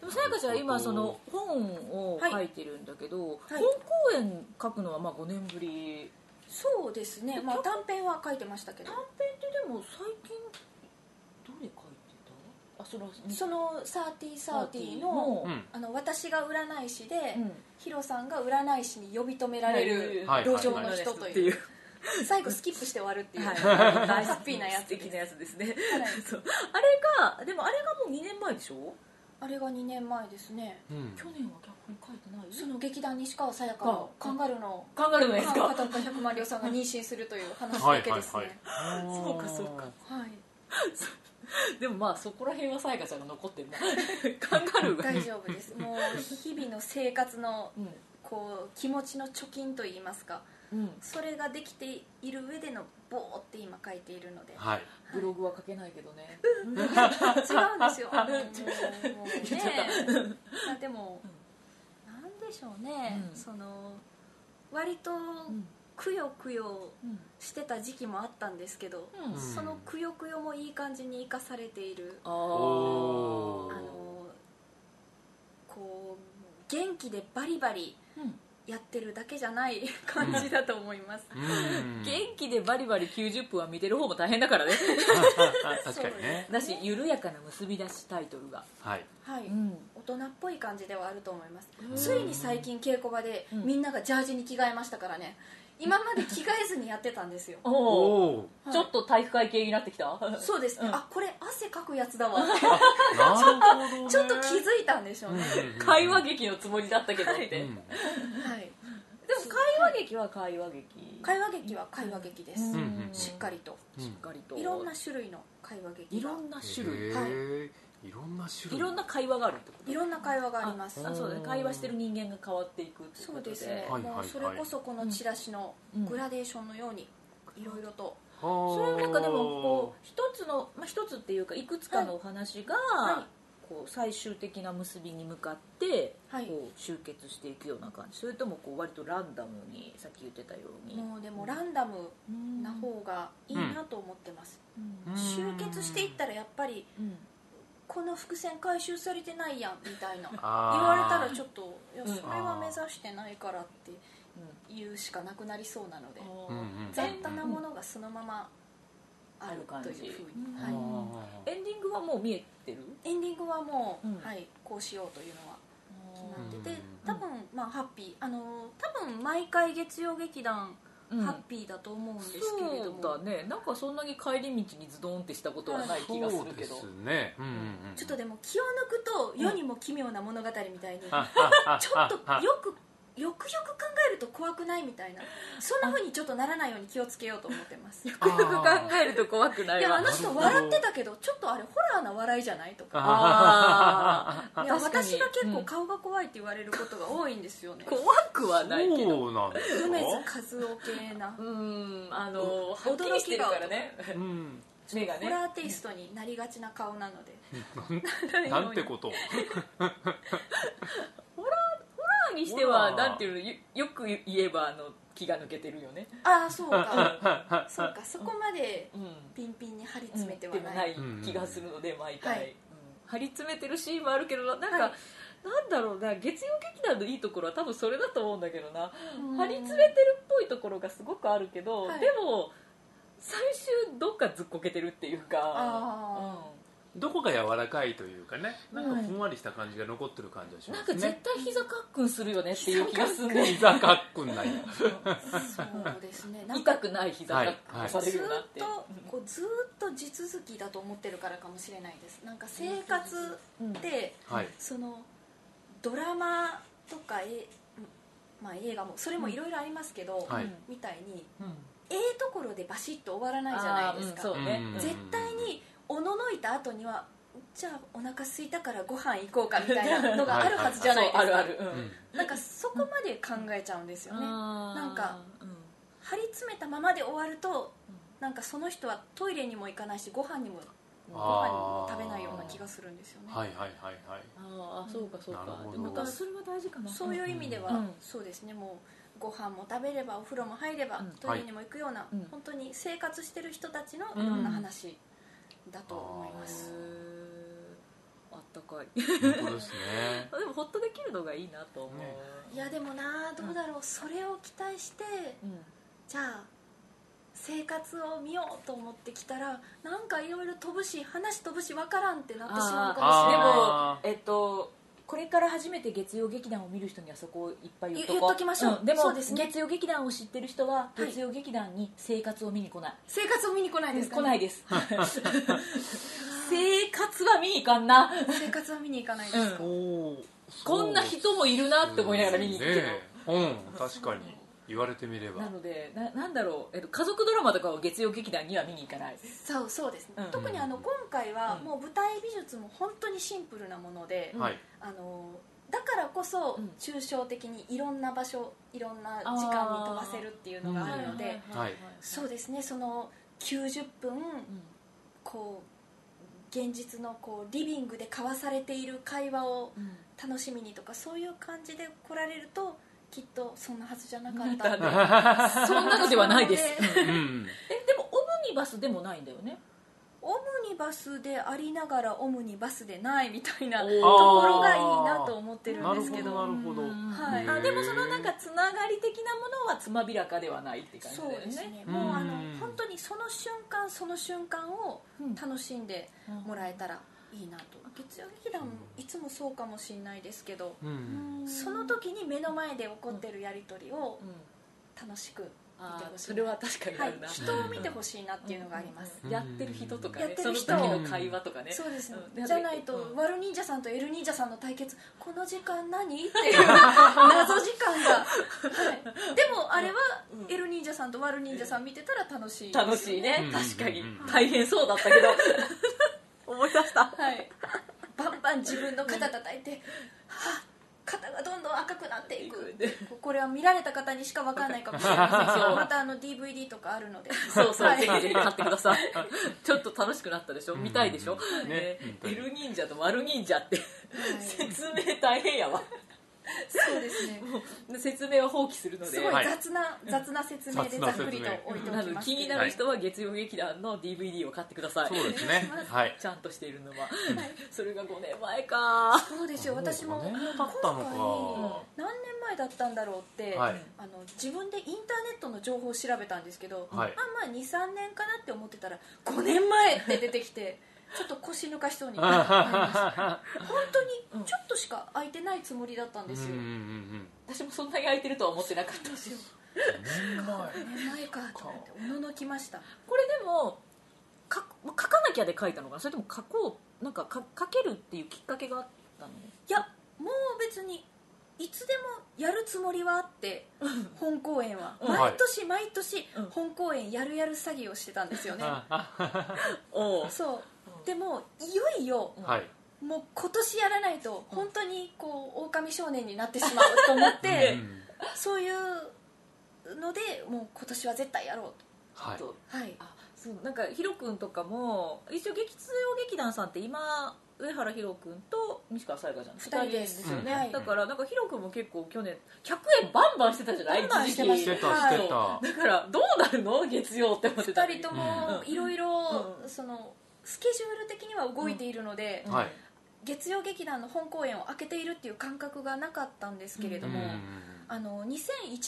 [SPEAKER 2] でもさやかちゃん今その本を書いてるんだけど、
[SPEAKER 3] はい
[SPEAKER 2] 本公演書くのはまあ5年ぶり
[SPEAKER 3] そうですね、まあ、短編は書いてましたけど
[SPEAKER 2] 短編ってでも最近どれ書いてたあその
[SPEAKER 3] その3030の
[SPEAKER 1] うん
[SPEAKER 3] あの私が占い師で、
[SPEAKER 2] うん
[SPEAKER 3] ヒロさんが占い師に呼び止められる
[SPEAKER 1] はい
[SPEAKER 3] 路上の人と
[SPEAKER 2] って
[SPEAKER 3] い
[SPEAKER 2] いうう
[SPEAKER 3] 最後スキップして終わるっていう、
[SPEAKER 2] はい、
[SPEAKER 3] はい
[SPEAKER 2] 大
[SPEAKER 3] ハッピーなやつ
[SPEAKER 2] 素敵なやつですね、
[SPEAKER 3] はい
[SPEAKER 2] そうあれがでもあれがもう2年前でしょ
[SPEAKER 3] あれが2年前ですね
[SPEAKER 1] うん
[SPEAKER 2] 去年は逆に書いてない
[SPEAKER 3] その劇団西川さやかのカンガルーの
[SPEAKER 2] 考えるのです
[SPEAKER 3] 片
[SPEAKER 2] か
[SPEAKER 3] 岡百万両さんが妊娠するという話
[SPEAKER 1] は
[SPEAKER 3] だ
[SPEAKER 1] い
[SPEAKER 3] け
[SPEAKER 1] はい
[SPEAKER 3] です
[SPEAKER 1] は
[SPEAKER 3] ね
[SPEAKER 1] い
[SPEAKER 2] そうかそうか
[SPEAKER 3] はい
[SPEAKER 2] でもまあそこら辺はさやかちゃんが残ってるなカンガルーが
[SPEAKER 3] 大丈夫ですもう日々の生活の
[SPEAKER 2] うん
[SPEAKER 3] こう気持ちの貯金といいますか
[SPEAKER 2] うん、
[SPEAKER 3] それができている上でのボーって今書いているので
[SPEAKER 1] はい
[SPEAKER 2] ブログは書けないけどね
[SPEAKER 3] 違うんです よもうもうね
[SPEAKER 2] 言っちゃっ
[SPEAKER 3] まあでもなんでしょうね、
[SPEAKER 2] うん
[SPEAKER 3] その割とくよくよ
[SPEAKER 2] うん
[SPEAKER 3] してた時期もあったんですけど、
[SPEAKER 2] うん
[SPEAKER 1] うん
[SPEAKER 3] そのくよくよもいい感じに生かされている
[SPEAKER 2] あ
[SPEAKER 1] お
[SPEAKER 3] あ
[SPEAKER 1] ー
[SPEAKER 2] ー
[SPEAKER 3] のこう元気でバリバリ
[SPEAKER 2] うん
[SPEAKER 3] やってるだけじゃない 感じだと思います、
[SPEAKER 1] うん
[SPEAKER 2] 元気でバリバリ90分は見てる方も大変だからね
[SPEAKER 1] 確かにね
[SPEAKER 2] だし緩やかな結び出しタイトルが
[SPEAKER 1] はい
[SPEAKER 3] はい、
[SPEAKER 2] ん
[SPEAKER 3] 大人っぽい感じではあると思います
[SPEAKER 2] うん
[SPEAKER 3] ついに最近稽古場で
[SPEAKER 2] うん、
[SPEAKER 3] みんながジャージに着替えましたからね今まで着替えずにやってたんですよ
[SPEAKER 2] おお
[SPEAKER 1] おお
[SPEAKER 3] はい
[SPEAKER 2] ちょっと体育会系になってきた
[SPEAKER 3] そうですね、
[SPEAKER 2] うん
[SPEAKER 3] あこれ汗かくやつだわ
[SPEAKER 1] なるほどね
[SPEAKER 3] ちょっと気づいたんでしょうね、
[SPEAKER 2] 会話劇のつもりだったけどって、
[SPEAKER 1] う
[SPEAKER 2] でも
[SPEAKER 1] ん
[SPEAKER 3] はい、
[SPEAKER 2] 会話劇は会話劇
[SPEAKER 3] 会話劇は会話劇です、
[SPEAKER 1] うん
[SPEAKER 3] しっかりと
[SPEAKER 1] うん
[SPEAKER 2] しっかりと
[SPEAKER 3] いろんな種類の会話劇
[SPEAKER 2] い
[SPEAKER 3] が
[SPEAKER 2] ろんな種類
[SPEAKER 1] へ
[SPEAKER 3] はい
[SPEAKER 1] ーいろんな種類
[SPEAKER 2] いろんな会話があるってこと
[SPEAKER 3] いろんな会話があります
[SPEAKER 2] あそうだね会話してる人間が変わっていくっていう
[SPEAKER 3] そ
[SPEAKER 2] こ
[SPEAKER 3] う
[SPEAKER 2] と
[SPEAKER 3] で
[SPEAKER 2] です
[SPEAKER 3] ね、
[SPEAKER 1] はいはいはい
[SPEAKER 3] もうそれこそこのチラシの
[SPEAKER 2] うん
[SPEAKER 3] グラデーションのようにいろいろと、
[SPEAKER 2] そ
[SPEAKER 1] そ
[SPEAKER 2] れはなんかでもこう一つの、まあ、一つっていうかいくつかのお話が、
[SPEAKER 3] はい
[SPEAKER 2] こう最終的な結びに向かって、
[SPEAKER 3] はい
[SPEAKER 2] こう集結していくような感じそれともこう割とランダムにさっき言ってたように
[SPEAKER 3] もうでもランダムな方がいいなと思ってます、
[SPEAKER 2] うん
[SPEAKER 3] 集結していったらやっぱり
[SPEAKER 2] うん
[SPEAKER 3] この伏線回収されてないやんみたいな言われ
[SPEAKER 1] あ
[SPEAKER 3] た
[SPEAKER 1] ー
[SPEAKER 3] らちょっといや
[SPEAKER 2] うん
[SPEAKER 3] それは目指してないからって言うしかなくなりそうなので
[SPEAKER 2] うん
[SPEAKER 1] うんうん
[SPEAKER 3] 雑多なものがそのままあるというふうに
[SPEAKER 2] うん、
[SPEAKER 1] あ
[SPEAKER 3] は
[SPEAKER 1] ー
[SPEAKER 3] い
[SPEAKER 2] うんエンディングはもう見えてる
[SPEAKER 3] エンディングはもう、
[SPEAKER 2] うん
[SPEAKER 3] はい、こうしようというのは決まって
[SPEAKER 1] う
[SPEAKER 3] て
[SPEAKER 1] ん
[SPEAKER 3] 多分、まあ、ハッピーあのー多分毎回月曜劇団、
[SPEAKER 2] うん
[SPEAKER 3] ハッピーだと思うんですけれど
[SPEAKER 2] そう
[SPEAKER 3] も
[SPEAKER 2] だねなんかそんなに帰り道にズドンってしたことはない気がす
[SPEAKER 1] そう
[SPEAKER 2] る
[SPEAKER 1] で
[SPEAKER 2] けど
[SPEAKER 1] すねうんうんうん
[SPEAKER 3] ちょっとでも気を抜くと世にも奇妙な物語みたいに、ちょっとよくよくよく考えると怖くないみたいなそんな風にちょっとならないように気をつけようと思ってますい
[SPEAKER 1] あー
[SPEAKER 2] よく 考えると怖くない
[SPEAKER 3] や
[SPEAKER 2] わ
[SPEAKER 3] あの人笑ってたけどちょっとあれホラーな笑いじゃないとか
[SPEAKER 2] あー
[SPEAKER 3] いや
[SPEAKER 2] 確かに
[SPEAKER 3] 私が結
[SPEAKER 2] う
[SPEAKER 3] 構
[SPEAKER 2] ん
[SPEAKER 3] 顔が怖いって言われることが多いんですよね
[SPEAKER 2] 怖くはないけど
[SPEAKER 1] そうなんですか
[SPEAKER 3] 梅津和夫系な
[SPEAKER 2] うーんあの
[SPEAKER 3] うん
[SPEAKER 2] はっきりしてるからね
[SPEAKER 1] うん
[SPEAKER 2] 目が
[SPEAKER 3] ホ
[SPEAKER 2] ね
[SPEAKER 3] ラーテイストになりがちな顔なので
[SPEAKER 1] なんてことを
[SPEAKER 2] ホラーにしては
[SPEAKER 1] ホラー
[SPEAKER 2] なんていうのよよく言えばあの気が抜けてるよね
[SPEAKER 3] ああそうかそうかそこまで
[SPEAKER 2] うん
[SPEAKER 3] ピンピンに張り詰めては
[SPEAKER 2] でも
[SPEAKER 3] な、
[SPEAKER 2] ないい気がするので毎回、
[SPEAKER 3] は
[SPEAKER 2] う
[SPEAKER 3] い
[SPEAKER 2] ん張り詰めてるシーンもあるけどなんか、
[SPEAKER 3] はい
[SPEAKER 2] なんだろうな月曜劇団のいいところは多分それだと思うんだけどな
[SPEAKER 3] うん
[SPEAKER 2] 張り詰めてるっぽいところがすごくあるけど、
[SPEAKER 3] はい
[SPEAKER 2] でも最終どっかずっこけてるっていうか
[SPEAKER 3] あ
[SPEAKER 1] どこが柔らかいというかねなんかふんわりした感じが残ってる感じがしま
[SPEAKER 2] なん
[SPEAKER 1] す
[SPEAKER 2] か絶
[SPEAKER 1] ね
[SPEAKER 2] 対膝カックンするよねっていう気がするね
[SPEAKER 1] 膝かっくんない
[SPEAKER 3] そうですねなんか
[SPEAKER 2] 痛くない膝カックンをさ
[SPEAKER 3] ず
[SPEAKER 2] れる
[SPEAKER 3] っ
[SPEAKER 2] ようになって、
[SPEAKER 3] とこうずっと地続きだと思ってるからかもしれないですなんか生活って
[SPEAKER 1] はい
[SPEAKER 3] そのドラマとかえ、まあ、映画もそれもいろいろありますけど、
[SPEAKER 1] はい
[SPEAKER 3] みたいに
[SPEAKER 2] うん
[SPEAKER 3] ええところでバシッと終わらないじゃないで
[SPEAKER 2] あーう
[SPEAKER 3] す
[SPEAKER 2] ん
[SPEAKER 3] か、
[SPEAKER 2] そうね、
[SPEAKER 1] うん
[SPEAKER 3] 絶対におののいた後にはじゃあお腹空いたからご飯行こうかみたいなのがあるはずじゃないですか
[SPEAKER 2] そうあるある、うん
[SPEAKER 1] うん
[SPEAKER 3] なんかそこまで考えちゃうんですよね
[SPEAKER 2] なん
[SPEAKER 3] か、
[SPEAKER 2] う
[SPEAKER 3] 張り詰めたままで終わるとなんかその人はトイレにも行かないしご飯にもご飯にも食べないような気がするんですよね、
[SPEAKER 1] はいはいはいはい
[SPEAKER 2] んああそうかそうか
[SPEAKER 1] なるほど
[SPEAKER 2] でもだからそれは大事かな
[SPEAKER 3] そういう意味では、
[SPEAKER 2] うん
[SPEAKER 3] そうですねもうご飯も食べればお風呂も入れば、
[SPEAKER 2] うん
[SPEAKER 3] トイレにも行くような、
[SPEAKER 2] うん
[SPEAKER 3] 本当に生活してる人たちのいろんな話だと思いま
[SPEAKER 2] へ
[SPEAKER 3] す、
[SPEAKER 2] ーあったかい
[SPEAKER 1] 本当ですね
[SPEAKER 2] でもホッとできるのがいいなと思う、
[SPEAKER 1] ね
[SPEAKER 3] いやでもなあどうだろう、それを期待して
[SPEAKER 2] うん
[SPEAKER 3] じゃあ生活を見ようと思ってきたらなんかいろいろ飛ぶし話飛ぶしわからんってなってしまうかもしれない
[SPEAKER 1] あー
[SPEAKER 2] でもえっとこれから初めて月曜劇団を見る人にはそこをいっぱい言っとこ
[SPEAKER 3] 言言っときましょうん
[SPEAKER 2] でも
[SPEAKER 3] そうですね
[SPEAKER 2] 月曜劇団を知ってる人は
[SPEAKER 3] はい
[SPEAKER 2] 月曜劇団に生活を見に来ない、
[SPEAKER 3] 生活を見に来ないですか、
[SPEAKER 2] 来ないです 生活は見に行かんな、
[SPEAKER 3] 生活は見に行かないです、
[SPEAKER 2] う
[SPEAKER 1] お
[SPEAKER 2] ん、
[SPEAKER 1] ー
[SPEAKER 2] こんな人もいるなって思いながら見に行くけど、
[SPEAKER 1] ねうん確かに言われてみれば
[SPEAKER 2] なのでななんだろう、えっと、家族ドラマとかを月曜劇団には見に行かない
[SPEAKER 3] そうそうですね、
[SPEAKER 2] うん
[SPEAKER 3] 特にあの今回は
[SPEAKER 2] うん
[SPEAKER 3] もう舞台美術も本当にシンプルなもので、
[SPEAKER 2] うん
[SPEAKER 1] はい
[SPEAKER 3] あのだからこそ
[SPEAKER 2] うん
[SPEAKER 3] 抽象的にいろんな場所いろんな時間に飛ばせるっていうのがあるので、
[SPEAKER 1] あーはい
[SPEAKER 3] そうですねその90分こう現実のこうリビングで交わされている会話を
[SPEAKER 2] うんうん
[SPEAKER 3] 楽しみにとかそういう感じで来られるときっとそんなはずじゃなかっ
[SPEAKER 2] な
[SPEAKER 3] た
[SPEAKER 2] んだ そんなのではないです
[SPEAKER 3] なので
[SPEAKER 1] うん
[SPEAKER 2] えでもオムニバスでもないんだよね
[SPEAKER 3] オムニバスでありながらオムニバスでないみたいな
[SPEAKER 2] お
[SPEAKER 3] と
[SPEAKER 2] ー
[SPEAKER 3] ころがいいなと思ってる
[SPEAKER 1] なんる
[SPEAKER 3] です
[SPEAKER 1] ほ
[SPEAKER 3] けど
[SPEAKER 1] どなるほど
[SPEAKER 2] うん
[SPEAKER 3] はい
[SPEAKER 1] へー
[SPEAKER 2] あでもそのなんかつながり的なものはつまびらかではないって感じだ
[SPEAKER 3] そう
[SPEAKER 2] よね
[SPEAKER 3] ですね
[SPEAKER 1] うん
[SPEAKER 3] もうあの本当にその瞬間その瞬間を
[SPEAKER 2] うん
[SPEAKER 3] 楽しんでもらえたらいいなと
[SPEAKER 2] うん
[SPEAKER 3] 月曜劇団いつもそうかもしれないですけど
[SPEAKER 1] うん
[SPEAKER 3] その時に目の前で起こってるやり取りを
[SPEAKER 2] うん
[SPEAKER 3] 楽しく見て
[SPEAKER 2] あー
[SPEAKER 3] ほしい
[SPEAKER 2] それは確かにあ
[SPEAKER 3] はい
[SPEAKER 2] るな、
[SPEAKER 3] 人を見てほしいなっていうのがあります
[SPEAKER 2] うんやってる人とか、ね、
[SPEAKER 3] やってる人
[SPEAKER 2] その時の会話とかね
[SPEAKER 3] そうですね
[SPEAKER 2] うん
[SPEAKER 3] じゃないと、
[SPEAKER 2] うん
[SPEAKER 3] ワル忍者さんとエル忍者さんの対決この時 間何っていう謎時間が、はい、でもあれは、
[SPEAKER 2] うん
[SPEAKER 3] エル忍者さんとワル忍者さん見てたら楽しい
[SPEAKER 2] 楽しいね、
[SPEAKER 1] うん
[SPEAKER 2] 確かに、
[SPEAKER 1] うん
[SPEAKER 2] 大変そうだったけ ど思い出した
[SPEAKER 3] はいバンバン自分の肩叩いて、はあ肩がどんどん赤くなっていくこれは見られた方にしか分かんないかもしれませんけ
[SPEAKER 2] そう
[SPEAKER 3] どまたあの DVD とかあるので
[SPEAKER 2] そうそう、
[SPEAKER 3] はい
[SPEAKER 2] ぜひぜひ買ってくださいちょっと楽しくなったでしょ見たいでしょ、
[SPEAKER 1] うんね
[SPEAKER 2] ね
[SPEAKER 1] 本当
[SPEAKER 2] エ
[SPEAKER 1] に
[SPEAKER 2] ル忍者と悪忍者って 説明大変やわ
[SPEAKER 3] そうですね
[SPEAKER 2] 説明は放棄するの
[SPEAKER 3] す
[SPEAKER 2] で
[SPEAKER 3] ごい
[SPEAKER 1] はい
[SPEAKER 3] 雑な、雑な説明でざっくりと置いてお
[SPEAKER 2] なの
[SPEAKER 3] き
[SPEAKER 2] で
[SPEAKER 3] ます
[SPEAKER 2] 気
[SPEAKER 3] けれ
[SPEAKER 2] に
[SPEAKER 3] ど
[SPEAKER 2] なる人は月曜劇団の DVD を買ってください、
[SPEAKER 1] そうですねはい
[SPEAKER 2] ちゃんとしているのは、それが5年前か
[SPEAKER 3] そうですよ私も
[SPEAKER 1] 5
[SPEAKER 3] 今
[SPEAKER 1] 年も経
[SPEAKER 3] 回
[SPEAKER 1] ったのか
[SPEAKER 3] 何年前だったんだろうって、
[SPEAKER 1] はい
[SPEAKER 3] あの自分でインターネットの情報を調べたんですけど、
[SPEAKER 1] はい
[SPEAKER 3] まあまあ23年かなって思ってたら5年前って出てき てちょっと腰抜かしそうになりました本当にちょっとしか空いてないつもりだったん
[SPEAKER 1] う
[SPEAKER 3] で
[SPEAKER 1] んうん
[SPEAKER 3] すよ、
[SPEAKER 2] 私もそんなに空いてるとは思ってなかった
[SPEAKER 3] ですよ
[SPEAKER 1] うんうん
[SPEAKER 3] 5年前かと思っておののきました
[SPEAKER 2] これでもか書かなきゃで書いたのかなそれとも書こうなんかか書けるっていうきっかけがあったの
[SPEAKER 3] いやもう別にいつでもやるつもりはあって本公演は
[SPEAKER 1] ん
[SPEAKER 3] 毎年毎年
[SPEAKER 2] うん
[SPEAKER 3] 本公演やるやる詐欺をしてたんですよね
[SPEAKER 1] あ
[SPEAKER 2] おう
[SPEAKER 3] そうでもいよいよ
[SPEAKER 1] はい
[SPEAKER 3] もう今年やらないと本当にこう狼少年になってしまうと思 っ
[SPEAKER 1] う
[SPEAKER 3] て
[SPEAKER 1] ん
[SPEAKER 3] そういうのでもう今年は絶対やろ
[SPEAKER 1] はい
[SPEAKER 2] と
[SPEAKER 3] うとはい
[SPEAKER 2] あそうなんかヒロ君とかも一応劇通用劇団さんって今上原ヒロ君と西川沙耶香ちゃん
[SPEAKER 3] 二人です
[SPEAKER 2] 二よね、
[SPEAKER 1] うんはい
[SPEAKER 2] だからなんかヒロ君も結構去年100円バンバンしてたじゃない
[SPEAKER 3] バンバン
[SPEAKER 2] 一時
[SPEAKER 3] してま
[SPEAKER 2] 期
[SPEAKER 1] してた
[SPEAKER 3] はい
[SPEAKER 1] して
[SPEAKER 2] だ
[SPEAKER 1] た
[SPEAKER 2] からどうなるの月曜って思ってた
[SPEAKER 3] 2人ともいろいろ
[SPEAKER 2] うん
[SPEAKER 3] そのスケジュール的には動いているので
[SPEAKER 2] うん
[SPEAKER 1] はい
[SPEAKER 3] 月曜劇団の本公演を開けているっていう感覚がなかったんですけれ
[SPEAKER 1] う
[SPEAKER 3] ど
[SPEAKER 1] ん
[SPEAKER 3] もあの2001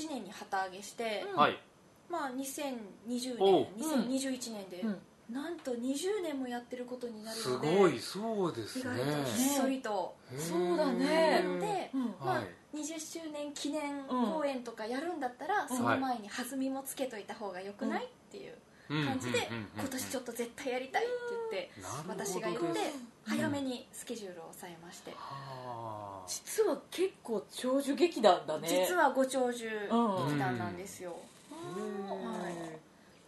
[SPEAKER 3] 年に旗揚げして
[SPEAKER 2] うん
[SPEAKER 1] はい
[SPEAKER 3] まあ2020
[SPEAKER 1] おう
[SPEAKER 3] 年2021年で
[SPEAKER 2] うん
[SPEAKER 3] なんと20年もやってることになる
[SPEAKER 1] す
[SPEAKER 3] ので
[SPEAKER 1] ごいそうです
[SPEAKER 3] 意
[SPEAKER 1] ね
[SPEAKER 3] 外とひっそりと、
[SPEAKER 1] へー
[SPEAKER 4] そうだ
[SPEAKER 3] な
[SPEAKER 4] ね
[SPEAKER 3] ので、
[SPEAKER 2] うん
[SPEAKER 3] ま
[SPEAKER 1] は
[SPEAKER 3] あ
[SPEAKER 1] い、
[SPEAKER 3] 20周年記念公演とかやるんだったら、その前に弾みもつけといた方がよくない、っていう感じで、今年ちょ
[SPEAKER 1] っ
[SPEAKER 3] っと絶対やりたいって言って、
[SPEAKER 1] と
[SPEAKER 3] 私が言って
[SPEAKER 1] うん
[SPEAKER 3] 早めにスケジュールを抑えまして、
[SPEAKER 1] はあ
[SPEAKER 4] 実は結構長寿劇団だね
[SPEAKER 3] 実はご長寿
[SPEAKER 4] うん
[SPEAKER 3] 劇団なんですよ、はい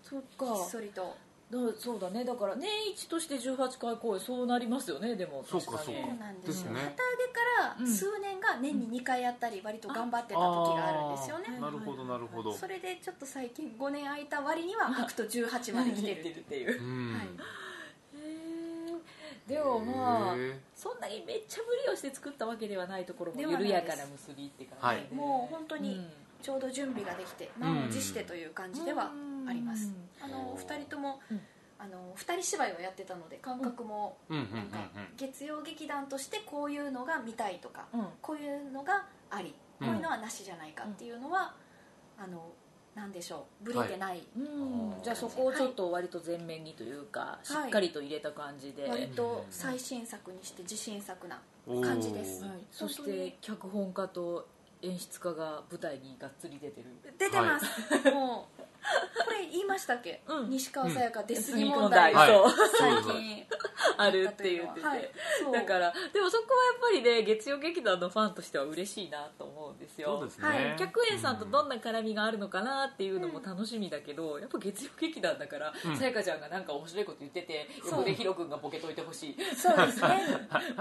[SPEAKER 4] そっ
[SPEAKER 3] ひっ
[SPEAKER 4] か
[SPEAKER 3] そりと
[SPEAKER 4] だそうだねだから年一として18回公演そうなりますよねでも
[SPEAKER 1] そうか
[SPEAKER 4] 確に
[SPEAKER 1] そう
[SPEAKER 3] そ
[SPEAKER 1] か
[SPEAKER 3] うなんですよ
[SPEAKER 1] ですね
[SPEAKER 3] 旗揚げ
[SPEAKER 4] う
[SPEAKER 3] か
[SPEAKER 4] ん
[SPEAKER 3] ら数年が年に2回やったり割と頑張ってた時があるんですよね
[SPEAKER 1] あーなるほどなるほど
[SPEAKER 3] それでちょっと最近5年空いた割にはアクト18まで来てるっていう
[SPEAKER 4] っていう
[SPEAKER 1] うん
[SPEAKER 3] はい
[SPEAKER 4] でもまあ
[SPEAKER 1] へ
[SPEAKER 2] そんなにめっちゃ無理をして作ったわけではないところも
[SPEAKER 3] ではない
[SPEAKER 2] 緩
[SPEAKER 3] です
[SPEAKER 2] やかな結びって感じで、
[SPEAKER 3] もう本当
[SPEAKER 2] 当
[SPEAKER 3] にちょうど準備ができて満を持してという感じではありますあのお二人とも
[SPEAKER 2] うん
[SPEAKER 3] あの二人芝居をやってたので感覚も
[SPEAKER 1] うんうんうん
[SPEAKER 3] なんか月曜劇団としてこういうのが見たいとか
[SPEAKER 2] うん
[SPEAKER 3] こういうのがあり
[SPEAKER 1] うん
[SPEAKER 3] こういうのはなしじゃないかっていうのはあのなんでしょうブレてない
[SPEAKER 2] うんじゃあそこをちょっと割と前面にというか、しっかりと入れた感じで、
[SPEAKER 3] 割と最新作にして自信作な
[SPEAKER 1] うん
[SPEAKER 3] 感じです
[SPEAKER 1] おー
[SPEAKER 3] はい
[SPEAKER 2] そして脚本家と演出家が舞台にがっつり出てる
[SPEAKER 3] 出てます、もうこれ言いましたっけ、
[SPEAKER 2] うん
[SPEAKER 3] 西川さやか出過ぎ
[SPEAKER 2] 問
[SPEAKER 3] 問
[SPEAKER 2] 題
[SPEAKER 3] 題、
[SPEAKER 1] はい
[SPEAKER 2] そう、
[SPEAKER 3] 最
[SPEAKER 1] そう
[SPEAKER 3] 近
[SPEAKER 2] あるって言ってて、
[SPEAKER 3] はいそう
[SPEAKER 2] だからでもそこはやっぱりね月曜劇団のファンとしては嬉しいなと思うんですよ
[SPEAKER 1] そうです
[SPEAKER 3] は
[SPEAKER 1] ね
[SPEAKER 3] い
[SPEAKER 2] 客演さんとどんな絡みがあるのかなっていうのも楽しみだけど、やっぱ月曜劇団だから、
[SPEAKER 1] うん
[SPEAKER 2] さやかちゃんがなんか面白いこと言ってて横でヒロ君がボケといてほし い
[SPEAKER 3] そうですね、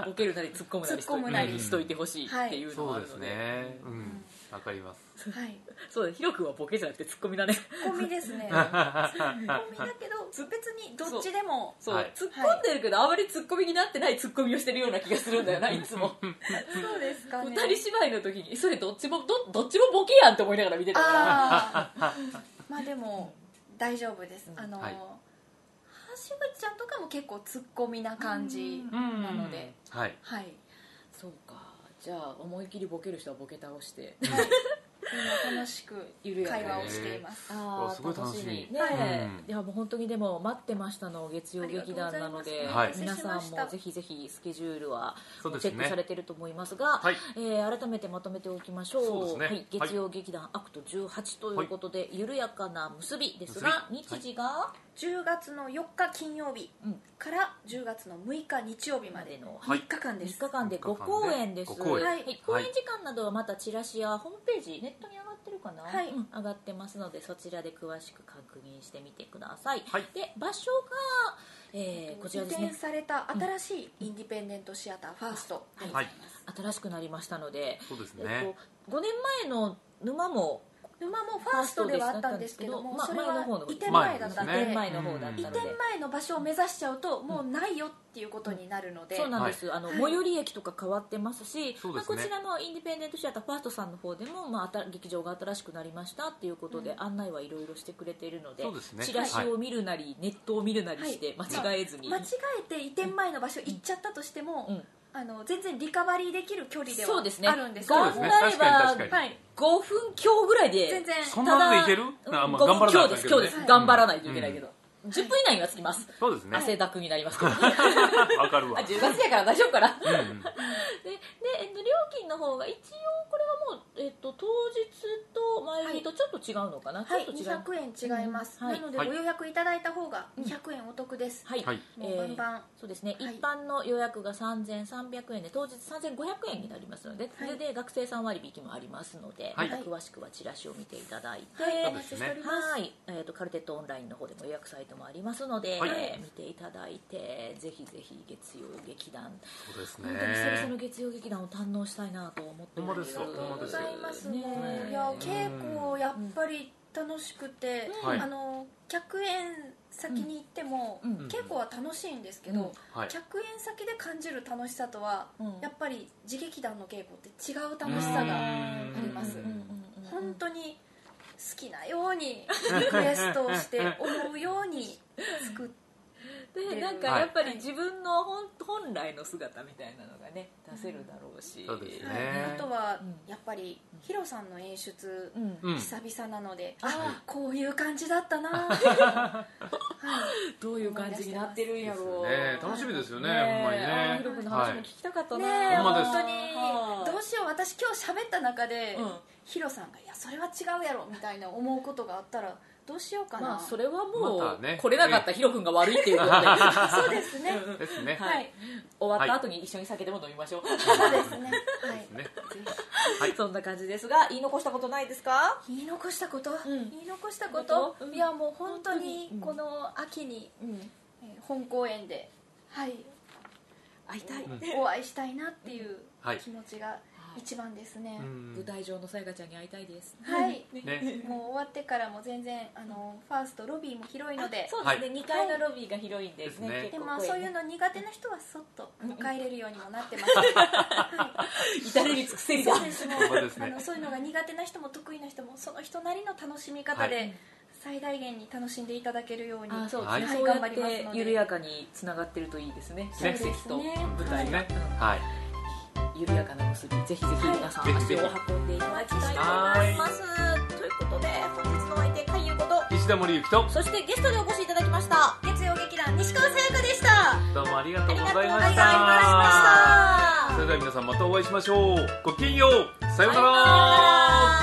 [SPEAKER 2] ボケるなり突っ込むなりしと
[SPEAKER 3] 突っ込むな
[SPEAKER 1] り
[SPEAKER 2] しといてほしいっていうのも
[SPEAKER 1] そ
[SPEAKER 2] あ
[SPEAKER 1] う
[SPEAKER 2] る
[SPEAKER 1] で
[SPEAKER 2] の
[SPEAKER 1] す
[SPEAKER 2] で、
[SPEAKER 1] ねうんわかります
[SPEAKER 3] はい
[SPEAKER 2] そうだヒロ君はボケじゃなくて突っ込みだね
[SPEAKER 3] コンビで すねコンビだけど別にどっちでも
[SPEAKER 2] そう、
[SPEAKER 1] はい
[SPEAKER 2] 突っ込んでるけど、あまり突っ込みになってない突っ込みをしてるような気がするんだよな、いつも。
[SPEAKER 3] そうですか
[SPEAKER 2] 二、
[SPEAKER 3] ね
[SPEAKER 2] 人芝居の時に、それどっちも、どどっちもボケやんって思いながら見てたから。
[SPEAKER 3] ああまあでも大丈夫です、
[SPEAKER 2] うん
[SPEAKER 3] あの、
[SPEAKER 1] はい
[SPEAKER 3] 橋口ちゃんとかも結構ツッコミな感じ
[SPEAKER 1] うん
[SPEAKER 3] なので
[SPEAKER 1] はい
[SPEAKER 3] はい
[SPEAKER 2] そうか。じゃあ、思い切りボケる人はボケ倒して。
[SPEAKER 3] 今楽しく
[SPEAKER 2] 緩やかに
[SPEAKER 3] 会話をしています
[SPEAKER 2] あ
[SPEAKER 1] あすごい楽しみ
[SPEAKER 2] ねえ、いやもう本当にでも待ってましたの月曜劇団なので、
[SPEAKER 1] ありがとうございます
[SPEAKER 2] 皆さん
[SPEAKER 3] お待たせしました
[SPEAKER 2] もぜひぜひスケジュールは
[SPEAKER 1] そうです
[SPEAKER 2] チェ
[SPEAKER 1] ね
[SPEAKER 2] ックされてると思いますが、
[SPEAKER 1] はい
[SPEAKER 2] えー改めてまとめておきましょう
[SPEAKER 1] そうですね
[SPEAKER 2] はい、月曜劇団アクト18ということで、緩やかな結びですが
[SPEAKER 1] 結び
[SPEAKER 2] 日時が、
[SPEAKER 3] 10月の4日金曜日
[SPEAKER 2] うん
[SPEAKER 3] から10月の6日日曜日ま
[SPEAKER 2] まで
[SPEAKER 3] で
[SPEAKER 2] の
[SPEAKER 1] はい
[SPEAKER 3] 3日間です
[SPEAKER 2] 3日間で5公演です
[SPEAKER 1] 五公演
[SPEAKER 2] はい
[SPEAKER 3] はい
[SPEAKER 2] 公演時間などはまたチラシやホームページネットに上がってるかな、
[SPEAKER 3] はい
[SPEAKER 2] うん上がってますのでそちらで詳しく確認してみてください、
[SPEAKER 1] はい
[SPEAKER 2] で場所が、えーこちらです
[SPEAKER 3] 移
[SPEAKER 2] ね
[SPEAKER 3] 転された新しいインディペンデントシアターファーストでございます、
[SPEAKER 2] 新しくなりましたので、
[SPEAKER 1] そうです
[SPEAKER 2] え
[SPEAKER 1] ね
[SPEAKER 2] っと、5年前の沼も
[SPEAKER 3] 沼もファーストではあったんですけども
[SPEAKER 2] まあ
[SPEAKER 3] それ
[SPEAKER 2] 前の
[SPEAKER 3] は
[SPEAKER 2] 方の
[SPEAKER 3] 移転前だったん
[SPEAKER 1] ね
[SPEAKER 3] で
[SPEAKER 2] 5年前の方だったので
[SPEAKER 3] 移転前の場所を目指しちゃうともうないよっていうことになるので、
[SPEAKER 2] そうなんです、あの
[SPEAKER 3] はい
[SPEAKER 2] 最寄り駅とか変わってますし、
[SPEAKER 1] そう
[SPEAKER 2] まあ、
[SPEAKER 1] ですね
[SPEAKER 2] こちらのインディペンデントシアターファーストさんの方でも、まあ、あた劇場が新しくなりましたっていうことで、
[SPEAKER 3] う
[SPEAKER 2] 案内はいろいろしてくれているので
[SPEAKER 1] そうですね
[SPEAKER 2] チラシを見るなり、ネットを見るなりして
[SPEAKER 3] はい
[SPEAKER 2] 間違えずに、
[SPEAKER 3] 間違えて移転前の場所行っちゃったとしても、
[SPEAKER 2] うん
[SPEAKER 3] あの全然リカバリーできる距離で
[SPEAKER 2] そうですね
[SPEAKER 3] はあるんです
[SPEAKER 1] そうですね確かに確か
[SPEAKER 3] はい、
[SPEAKER 2] 5分強ぐらいで
[SPEAKER 3] 全然
[SPEAKER 1] そんなのでいける
[SPEAKER 2] ただ
[SPEAKER 1] あまあ
[SPEAKER 2] 5
[SPEAKER 1] 頑張
[SPEAKER 2] 分強
[SPEAKER 1] らないと
[SPEAKER 2] で
[SPEAKER 1] い
[SPEAKER 2] す
[SPEAKER 1] け
[SPEAKER 2] 強
[SPEAKER 1] ど
[SPEAKER 2] で
[SPEAKER 1] ね
[SPEAKER 2] す、頑張らないといけないけど、10分以内には着きます、
[SPEAKER 1] そうですね
[SPEAKER 2] 汗だくになります けど、
[SPEAKER 1] わかるわ
[SPEAKER 2] あ10月やから大丈夫かな
[SPEAKER 1] うんう
[SPEAKER 2] で
[SPEAKER 1] ん
[SPEAKER 2] で、えっと、料金の方が一応これはもう、えっと、当日と前日とちょっと違うのかな、
[SPEAKER 3] はい、
[SPEAKER 2] ちょっと違う
[SPEAKER 3] 200円違います、
[SPEAKER 2] うんはい
[SPEAKER 3] なので
[SPEAKER 1] はい
[SPEAKER 3] ご予約いただいた方が200円お得です、
[SPEAKER 2] はい、
[SPEAKER 1] はい
[SPEAKER 2] え
[SPEAKER 3] もうバン
[SPEAKER 2] ー
[SPEAKER 3] バン、
[SPEAKER 2] そうですね、
[SPEAKER 3] はい
[SPEAKER 2] 一般の予約が3300円で当日3500円になりますので、
[SPEAKER 3] はい
[SPEAKER 2] それで学生さん割引もありますので、
[SPEAKER 1] はい
[SPEAKER 2] また詳しくはチラシを見ていただいて、
[SPEAKER 3] はい、
[SPEAKER 1] そう
[SPEAKER 3] お
[SPEAKER 1] で
[SPEAKER 3] 待ち
[SPEAKER 1] す
[SPEAKER 3] し
[SPEAKER 1] ね
[SPEAKER 3] ております、
[SPEAKER 2] はい、えー、とカルテットオンラインの方でも予約サイトもありますので、
[SPEAKER 1] はい
[SPEAKER 2] えー見ていただいてぜひぜひ月曜劇団、
[SPEAKER 1] そうです
[SPEAKER 2] 本当に久々の
[SPEAKER 1] ね
[SPEAKER 2] 月曜劇団を堪能したいなと思って
[SPEAKER 1] ほんまですわ
[SPEAKER 3] ありが
[SPEAKER 1] ほん
[SPEAKER 3] とうご
[SPEAKER 1] です
[SPEAKER 3] ざ
[SPEAKER 1] よ
[SPEAKER 3] いますね
[SPEAKER 2] ね
[SPEAKER 3] いや稽古やっぱり楽しくて、
[SPEAKER 1] うんはい
[SPEAKER 3] あの客演先に行っても、
[SPEAKER 2] うんうん
[SPEAKER 3] 稽古は楽しいんですけど、
[SPEAKER 2] うん
[SPEAKER 1] はい
[SPEAKER 3] 客演先で感じる楽しさとは、
[SPEAKER 2] うん
[SPEAKER 3] やっぱり自劇団の稽古って違う楽しさが
[SPEAKER 1] あ
[SPEAKER 3] ります
[SPEAKER 2] うんうんうんうん
[SPEAKER 3] 本当に 好きなようにリクエストをして思うように作っ
[SPEAKER 2] でなんかやっぱり自分の本本来の姿みたいなのがね出せるだろうし、
[SPEAKER 1] そうです
[SPEAKER 3] はい
[SPEAKER 1] ね
[SPEAKER 3] あとは
[SPEAKER 2] うん
[SPEAKER 3] やっぱりヒロさんの演出
[SPEAKER 2] うん
[SPEAKER 1] うん
[SPEAKER 3] 久々なので、
[SPEAKER 2] あ
[SPEAKER 3] あこういう感じだ ったな、はい、
[SPEAKER 2] どういう感じになってるんやろう、
[SPEAKER 1] ね楽しみですよね
[SPEAKER 2] ね
[SPEAKER 1] ほんまに
[SPEAKER 2] あー
[SPEAKER 1] ね
[SPEAKER 2] ヒロ君の
[SPEAKER 1] は
[SPEAKER 2] 話
[SPEAKER 1] い
[SPEAKER 2] も聞きたかったな、
[SPEAKER 3] ねえ
[SPEAKER 1] ほんまで
[SPEAKER 3] 本
[SPEAKER 1] す
[SPEAKER 3] 当にどう
[SPEAKER 2] し
[SPEAKER 3] しよう私今日喋った中で、
[SPEAKER 2] うん
[SPEAKER 3] ヒロさんが「いやそれは違うやろ」みたいな思うことがあったらどうしようかな、
[SPEAKER 2] まあそれはもう、
[SPEAKER 1] またね
[SPEAKER 2] 来れなかったヒロ君が悪いっていう ことで
[SPEAKER 3] そうですね
[SPEAKER 2] うん
[SPEAKER 1] ですね
[SPEAKER 3] はい、
[SPEAKER 2] 終わった後に一緒に酒でも飲みましょう、
[SPEAKER 3] そうですねはい
[SPEAKER 1] ね
[SPEAKER 2] はい、 そんな感じですが言い残したことないですか
[SPEAKER 3] 言い残したこと、
[SPEAKER 2] ん
[SPEAKER 3] 言い残したこと、
[SPEAKER 2] うん
[SPEAKER 3] いやもう本当
[SPEAKER 2] 本当
[SPEAKER 3] に
[SPEAKER 2] にうん
[SPEAKER 3] この秋に、
[SPEAKER 2] うん
[SPEAKER 3] えー本公演ではい
[SPEAKER 2] 会いたい、
[SPEAKER 1] うん
[SPEAKER 3] お会いしたいなっていう
[SPEAKER 1] はい
[SPEAKER 3] 気持ちが一番ですね、
[SPEAKER 1] うん
[SPEAKER 2] 舞台上のさやかちゃんに会いたいです
[SPEAKER 3] はい
[SPEAKER 1] ね
[SPEAKER 3] もう終わってからも全然あのファーストロビーも広いので
[SPEAKER 2] そうですね、2階のロビーが広いんで
[SPEAKER 1] ですね
[SPEAKER 2] 結
[SPEAKER 3] で
[SPEAKER 2] 構
[SPEAKER 3] まあ
[SPEAKER 2] 声
[SPEAKER 3] そう
[SPEAKER 2] ね
[SPEAKER 3] いうの苦手な人はそっとあの
[SPEAKER 2] うん
[SPEAKER 3] 帰れるようにもなってます は
[SPEAKER 2] 至れり尽くせ
[SPEAKER 3] い
[SPEAKER 2] りだ
[SPEAKER 3] そうですもう
[SPEAKER 1] そうです
[SPEAKER 3] あ
[SPEAKER 1] ね
[SPEAKER 3] のそういうのが苦手な人も得意な人もその人なりの楽しみ方
[SPEAKER 1] は
[SPEAKER 3] で最大限に楽しんでいただけるように
[SPEAKER 2] あーそうです
[SPEAKER 1] は
[SPEAKER 2] ね、
[SPEAKER 1] い
[SPEAKER 2] そうやっ
[SPEAKER 3] 頑張ります
[SPEAKER 2] て
[SPEAKER 3] ので
[SPEAKER 2] 緩やかにつながってるといいですね
[SPEAKER 1] そ
[SPEAKER 2] 客
[SPEAKER 1] うです
[SPEAKER 3] ね
[SPEAKER 2] 席と舞台が、
[SPEAKER 1] ねはい
[SPEAKER 2] うん緩やかな結びぜひぜひ皆さん
[SPEAKER 1] はい
[SPEAKER 2] 足を運んでいただきたいと思います、ということで本日のお相手海優こと
[SPEAKER 1] 石田森ゆきと
[SPEAKER 2] そしてゲストでお越しいただきました
[SPEAKER 3] 月曜劇団西川さやかでした
[SPEAKER 1] どうもありがとうございまし
[SPEAKER 3] ありがとうございました
[SPEAKER 1] たそれでは皆さんまたお会いしましょうごきげんようさようなら